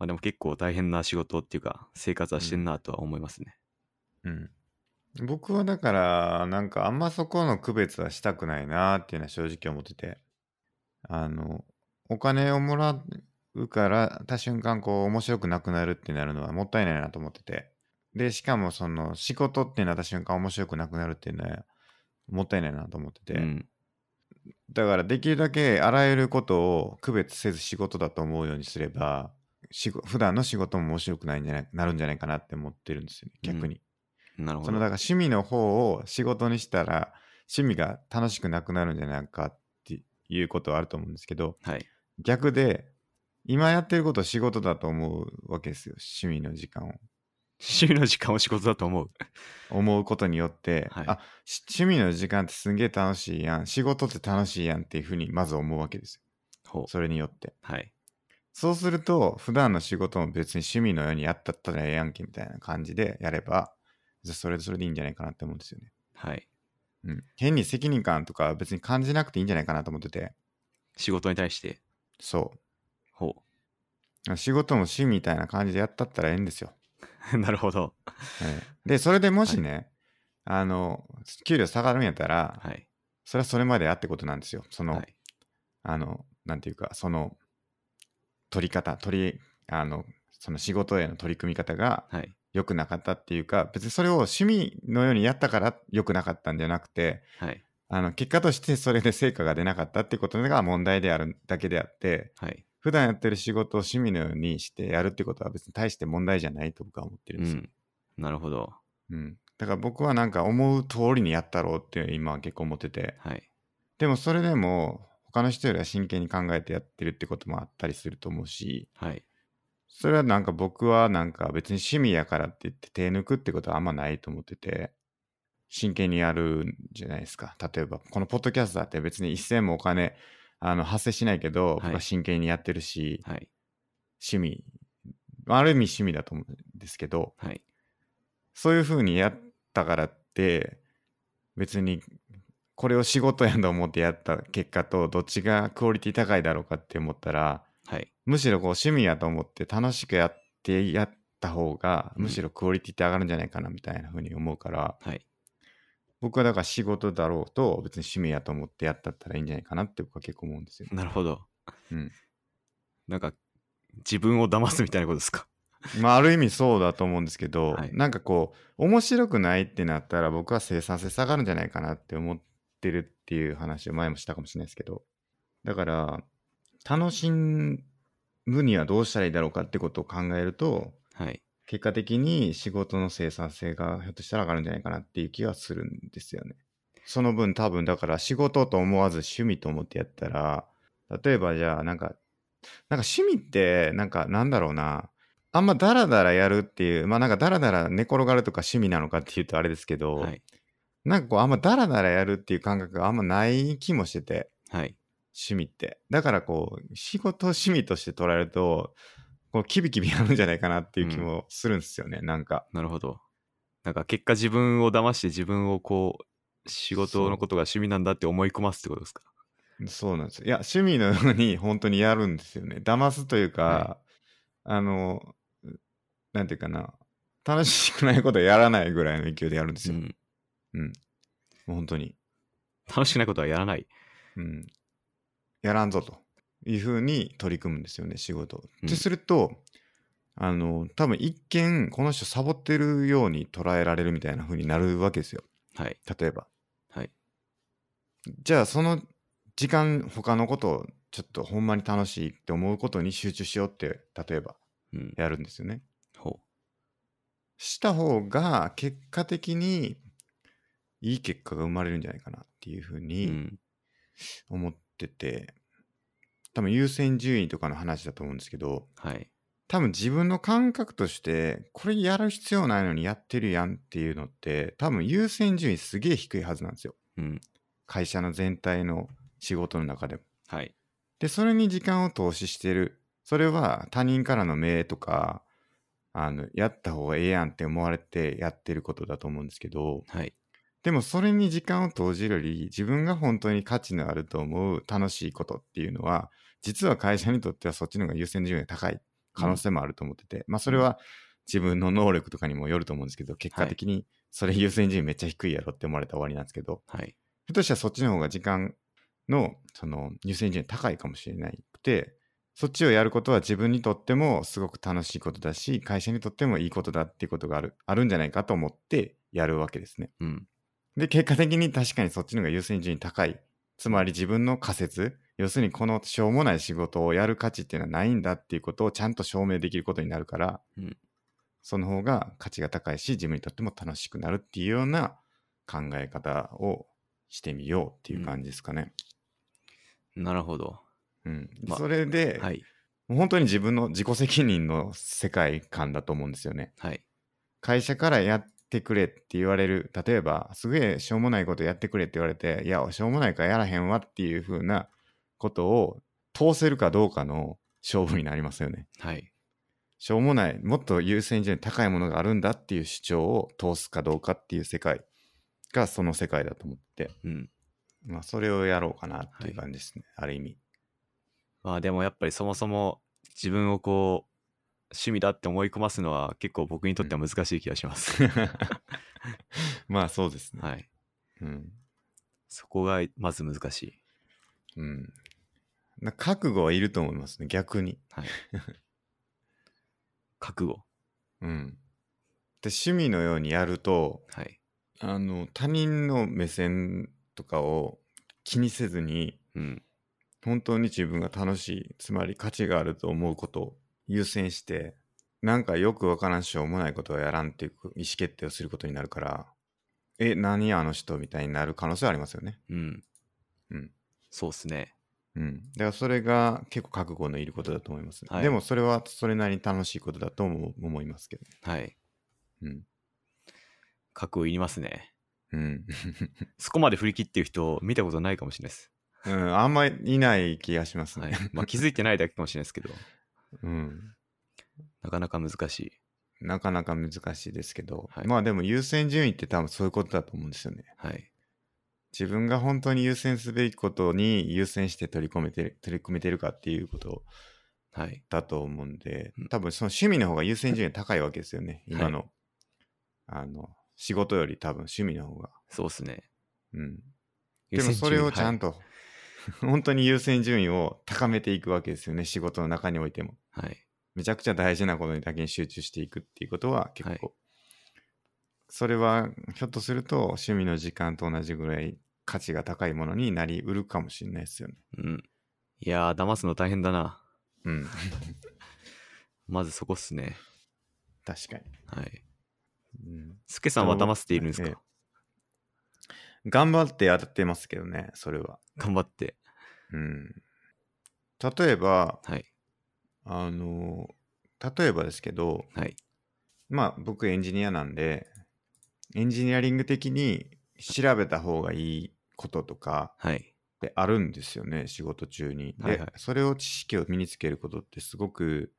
まあ、でも結構大変な仕事っていうか生活はしてんなとは思いますね、
うん。僕はだから、なんかあんまそこの区別はしたくないなっていうのは正直思ってて。あの、お金をもらうから、た瞬間こう面白くなくなるってなるのはもったいないなと思ってて。で、しかもその仕事ってなった瞬間面白くなくなるっていうのはもったいないなと思ってて。
うん
だからできるだけあらゆることを区別せず仕事だと思うようにすれば仕事普段の仕事も面白くないんじゃないなるんじゃないかなって思ってるんですよね逆に、
なるほ
そ
ど
のだから趣味の方を仕事にしたら趣味が楽しくなくなるんじゃないかっていうことはあると思うんですけど
はい
逆で今やってることを仕事だと思うわけですよ趣味の時間を
趣味の時間を仕事だと思う
思うことによって、
はい
あし趣味の時間ってすんげえ楽しいやん仕事って楽しいやんっていうふうにまず思うわけですよ
ほう
それによって
はい
そうすると、普段の仕事も別に趣味のようにやったったらええやんけみたいな感じでやれば、じゃあそれでそれでいいんじゃないかなって思うんですよね。
はい
うん。変に責任感とか別に感じなくていいんじゃないかなと思ってて、
仕事に対して
そ
ほ
う。仕事も趣味みたいな感じでやったったらええんですよ。
う なるほど
ええで、それでもしね、あの、給料下がるんやったら、
はい
それはそれまでやってことなんですよ。その、
はい
あの、なんていうか、その、取り方、取り、あの、その仕事への取り組み方が、
はい
良くなかったっていうか別にそれを趣味のようにやったから良くなかったんじゃなくて
はい
あの結果としてそれで成果が出なかったってことが問題であるだけであって
はい
普段やってる仕事を趣味のようにしてやるってことは別に大して問題じゃないと僕は思ってるん
う
ですよ、
んなるほど
うんだから僕はなんか思う通りにやったろうって今は結構思ってて
はい
でもそれでも他の人よりは真剣に考えてやってるってこともあったりすると思うし
はい
それはなんか僕はなんか別に趣味やからって言って手抜くってことはあんまないと思ってて、真剣にやるんじゃないですか。例えば、このポッドキャストだって別に一銭もお金、あの、発生しないけど、僕は真剣にやってるし、
はい
趣味、ある意味趣味だと思うんですけど、
はい
そういうふうにやったからって、別にこれを仕事やと思ってやった結果と、どっちがクオリティ高いだろうかって思ったら、
はい
むしろこう趣味やと思って楽しくやってやった方が
うん
むしろクオリティって上がるんじゃないかなみたいな風に思うから、
はい
僕はだから仕事だろうと別に趣味やと思ってやったったらいいんじゃないかなって僕は結構思うんですよ。
なるほど
うん
なんか自分を騙すみたいなことですか
まあある意味そうだと思うんですけど、
はい
なんかこう面白くないってなったら僕は生産性下がるんじゃないかなって思ってるっていう話を前もしたかもしれないですけどだから楽しむにはどうしたらいいだろうかってことを考えると
はい
結果的に仕事の生産性がひょっとしたら上がるんじゃないかなっていう気がするんですよね。その分多分だから仕事と思わず趣味と思ってやったら例えばじゃあなんかなんか趣味ってなんかなんだろうなあんまダラダラやるっていうまあなんかダラダラ寝転がるとか趣味なのかっていうとあれですけど、
はい
なんかこうあんまダラダラやるっていう感覚があんまない気もしてて
はい
趣味って。だからこう、仕事を趣味として捉えると、こう、キビキビやるんじゃないかなっていう気もするんですよね、なんか。
なるほど。なんか結果自分を騙して自分をこう、仕事のことが趣味なんだって思い込ますってことですか。
そうなんですよ。いや、趣味のように 本当にやるんですよね。騙すというか、
は
あの、なんていうかな、楽しくないことはやらないぐらいの勢いでやるんです
う
よ。
ん。
うん。もう本当に。
楽しくないことはやらない。
うん。やらんぞというふうに取り組むんですよね、仕事を。
う
っ
ん
てすると、あの、多分一見、この人サボってるように捉えられるみたいな風になるわけですよ。
はい。
例えば。
はい。
じゃあその時間他のことをちょっとほんまに楽しいって思うことに集中しようって例えば
うん。
やるんですよね。
ほ
した方が結果的にいい結果が生まれるんじゃないかなっていうふう
う。う
に
ん。
思ってて、多分優先順位とかの話だと思うんですけど
はい。
多分自分の感覚としてこれやる必要ないのにやってるやんっていうのって多分優先順位すげえ低いはずなんですよ
うん。
会社の全体の仕事の中でも
はい。
で、それに時間を投資してる。それは他人からの命とか、あの、やった方がええやんって思われてやってることだと思うんですけど、
はい。
でもそれに時間を投じるより、自分が本当に価値のあると思う楽しいことっていうのは、実は会社にとってはそっちの方が優先順位が高い可能性もあると思ってて、まあそれは自分の能力とかにもよると思うんですけど、結果的にそれ優先順位めっちゃ低いやろって思われたら終わりなんですけど、
はい。
ひょっとしたらそっちの方が時間のその優先順位高いかもしれないくて、そっちをやることは自分にとってもすごく楽しいことだし、会社にとってもいいことだっていうことがある、あるんじゃないかと思ってやるわけですね。
うん。
で、結果的に確かにそっちの方が優先順位高い。つまり自分の仮説、要するにこのしょうもない仕事をやる価値っていうのはないんだっていうことをちゃんと証明できることになるから、
うん
その方が価値が高いし、自分にとっても楽しくなるっていうような考え方をしてみようっていう感じですかね。
なるほど。
うん
まあ
それで、
はい。
もう本当に自分の自己責任の世界観だと思うんですよね。
はい。
会社からやってくれって言われる例えばすげえしょうもないことやってくれって言われていやしょうもないからやらへんわっていう風なことを通せるかどうかの勝負になりますよね
はい。
しょうもないもっと優先順位高いものがあるんだっていう主張を通すかどうかっていう世界がその世界だと思って、
うん。
まあ、それをやろうかなっていう感じですね、ある意味
まあでもやっぱりそもそも自分をこう、趣味だって思い込ますのは結構僕にとっては難しい気が します。
まあそうですね、
はい。
うん
そこがまず難しい。
うんな覚悟はいると思いますね逆に
はい。覚悟。
うん。で趣味のようにやると
はい。
あの他人の目線とかを気にせずに
うん。
本当に自分が楽しいつまり価値があると思うことを優先してなんかよくわからんしょうもないことをやらんっていう意思決定をすることになるからえ何やあの人みたいになる可能性はありますよね。
うん。
うん。
そうっすね。
うん、だからそれが結構覚悟のいることだと思います、
はい
でもそれはそれなりに楽しいことだとも思いますけど、
はい。
うん
覚悟いりますね。
うん、
そこまで振り切ってる人見たことないかもしれないです。
うん、あんまりいない気がします
は
ね。
い。 まあ気づいてないだけかもしれないですけど、
うん。
なかなか難しい。
なかなか難しいですけど、
はい
まあでも優先順位って多分そういうことだと思うんですよね。
はい。
自分が本当に優先すべきことに優先して取り込めてる、取り組めてるかっていうこと
はい。
だと思うんで
うん、
多分その趣味の方が優先順位高いわけですよね。
はい
今の、あの、仕事より多分趣味の方が。
そうっすね。
うん。でもそれをちゃん
と。
と、 本当に優先順位を高めていくわけですよね。仕事の中においても。
はい。はい
めちゃくちゃ大事なことにだけに集中していくっていうことは結構、
はい
それはひょっとすると趣味の時間と同じぐらい価値が高いものになりうるかもしれないですよね。
うん。いやー、騙すの大変だな。
うん。
まずそこっすね。
確かに、
はい。
うん。
スケさんは騙しているんです
ええ
か
頑張ってやってますけどね、それは。
頑張って。
うん。例えば、
はい。
あの、例えばですけど、
はい。
まあ僕エンジニアなんで、エンジニアリング的に調べた方がいいこととか、
はい。
ってあるんですよね仕事中に。で、
はいはい
それを知識を身につけることってすごく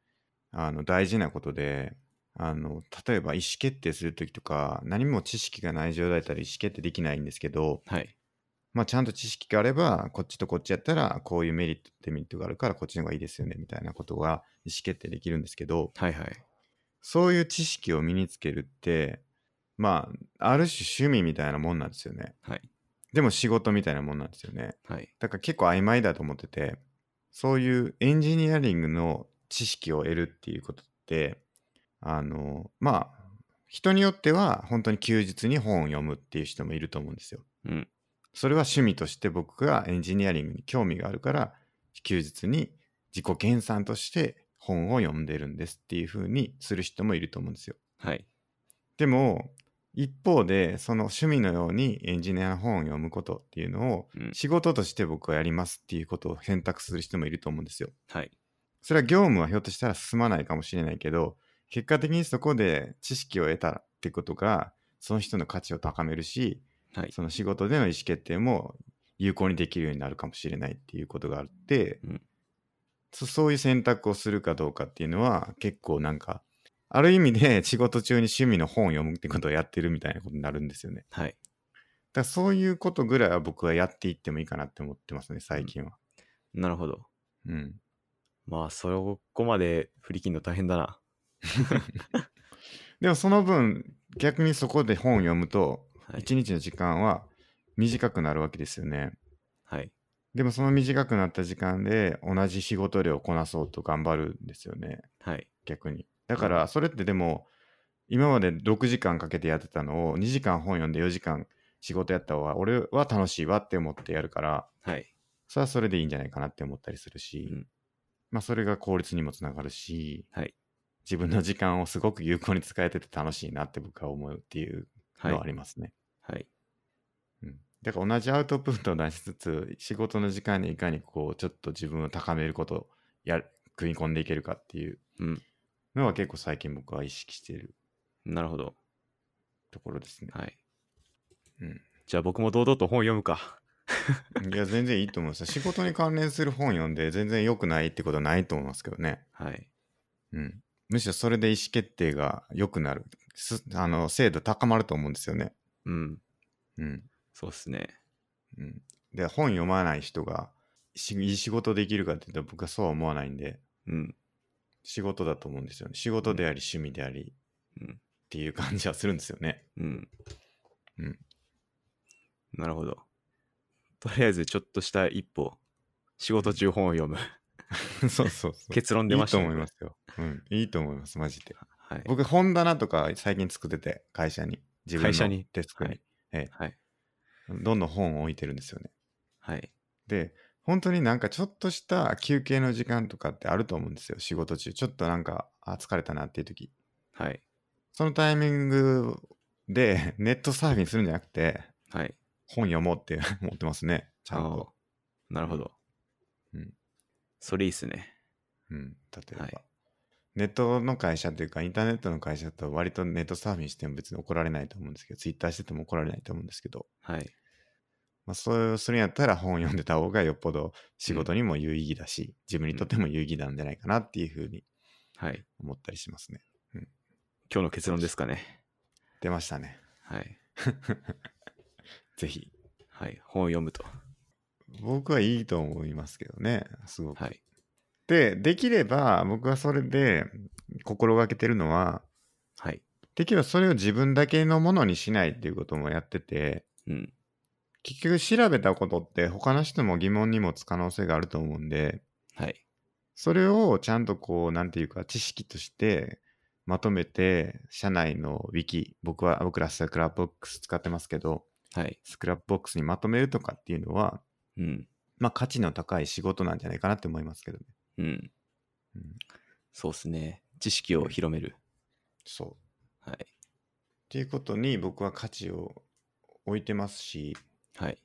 あの大事なことであの例えば意思決定する時とか何も知識がない状態だったら意思決定できないんですけど、
はい。
まあ、ちゃんと知識があればこっちとこっちやったらこういうメリットデメリットがあるからこっちの方がいいですよねみたいなことが意思決定できるんですけど、
はいはい。
そういう知識を身につけるって、まあ、ある種趣味みたいなもんなんですよね。
はい。
でも仕事みたいなもんなんですよね。
はい。
だから結構曖昧だと思ってて、そういうエンジニアリングの知識を得るっていうことって、あの、まあ、人によっては本当に休日に本を読むっていう人もいると思うんですよ。
うん。
それは趣味として僕がエンジニアリングに興味があるから休日に自己研鑽として本を読んでるんですっていう風にする人もいると思うんですよ。
はい。
でも一方でその趣味のようにエンジニアの本を読むことっていうのを
うん。
仕事として僕はやりますっていうことを選択する人もいると思うんですよ。
はい。
それは業務はひょっとしたら進まないかもしれないけど結果的にそこで知識を得たってことがその人の価値を高めるし
はい。
その仕事での意思決定も有効にできるようになるかもしれないっていうことがあって、
うん
そそういう選択をするかどうかっていうのは結構なんかある意味で仕事中に趣味の本を読むってことをやってるみたいなことになるんですよね。
はい。
だからそういうことぐらいは僕はやっていってもいいかなって思ってますね最近は。
なるほど。
うん。
まあ、そこまで振り切るの大変だな。
でもその分逆にそこで本を読むと
はい。
一日の時間は短くなるわけですよね。
はい。
でもその短くなった時間で同じ仕事量をこなそうと頑張るんですよね
はい。
逆にだからそれってでも今まで6時間かけてやってたのを2時間本読んで4時間仕事やった方が俺は楽しいわって思ってやるから
はい。
それはそれでいいんじゃないかなって思ったりするし、
うん
まあそれが効率にもつながるし、
はい
自分の時間をすごく有効に使えてて楽しいなって僕は思うっていう
は
のはあ
い。
りますね、
はい。
うんだから同じアウトプットを出しつつ仕事の時間にいかにこうちょっと自分を高めることをやる食い込んでいけるかっていう
うん。
のは結構最近僕は意識している
なるほど。
ところですね。
はい。
うん
じゃあ僕も堂々と本読むか。
いや全然いいと思います。仕事に関連する本読んで全然良くないってことはないと思いますけどね。
はい。
うん、むしろそれで意思決定が良くなるすあの精度高まると思うんですよね。
うん。
うん
そうっすね。
うん、で本読まない人がしいい仕事できるかっていうと僕はそうは思わないんで。
うん。
仕事だと思うんですよね。仕事であり趣味であり
うん
っていう感じはするんですよ ね。
うん。
うん。
なるほど。とりあえず、ちょっとした一歩、仕事中本を読む。
そうそうそう。
結論出ました、
いいと思いますよ。うん。いいと思います、マジで。
はい。
僕、本棚とか最近作ってて、会社に。自分
会社
の
に
デスクに。
はいはい。
どんどん本を置いてるんですよね。
はい。
で、本当になんかちょっとした休憩の時間とかってあると思うんですよ、仕事中。ちょっとなんか、あ、疲れたなっていう時。
はい。
そのタイミングで ネットサーフィンするんじゃなくて、
はい。
本読もうって思ってますね、ちゃんと。
あーなるほど。
うん。
それいいっすね。
うん、例えば、
はい
ネットの会社というかインターネットの会社だと割とネットサーフィンしても別に怒られないと思うんですけどツイッターしてても怒られないと思うんですけど、
はい。
まあ、そうするんやったら本読んでた方がよっぽど仕事にも有意義だし、自分にとっても有意義なんじゃないかなっていうふうに
はい。
思ったりしますね
今日の結論ですかね。
出ましたね
はい。
ぜひ
はい。本を読むと。
僕はいいと思いますけどねすごく、
はい。
でできれば僕はそれで心がけてるのは
はい。
できればそれを自分だけのものにしないっていうこともやってて、
うん。
結局調べたことって他の人も疑問に持つ可能性があると思うんで
はい。
それをちゃんとこうなんていうか知識としてまとめて社内のウィキ僕は僕らスクラップボックス使ってますけど
はい。
スクラップボックスにまとめるとかっていうのは
うん。
まあ価値の高い仕事なんじゃないかなって思いますけどね、
うん。
うん、
そうっすね。知識を広める。
そうっ
はい。
ていうことに僕は価値を置いてますし
はい。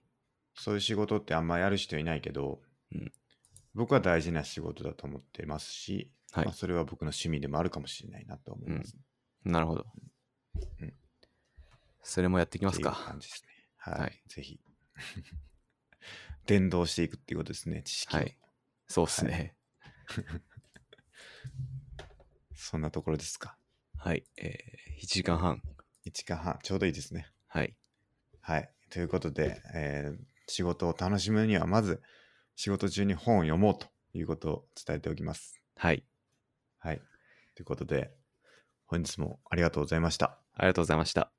そういう仕事ってあんまやる人いないけど、
うん
僕は大事な仕事だと思ってますし、
はい
まあ、それは僕の趣味でもあるかもしれないなと思います。
なるほど。
うん
それもやっていきま
って
す
いう
か
感。じですね。はい。
はい
ぜひ。 伝導していくっていうことですね、知識を。
はい。そうっすね。
そんなところですか。
はい。えー、1時間半。
1時間半、ちょうどいいですね。
はい。
はい。ということで、えー仕事を楽しむには、まず仕事中に本を読もうということを伝えておきます。
はい。
はい。ということで、本日もありがとうございました。
ありがとうございました。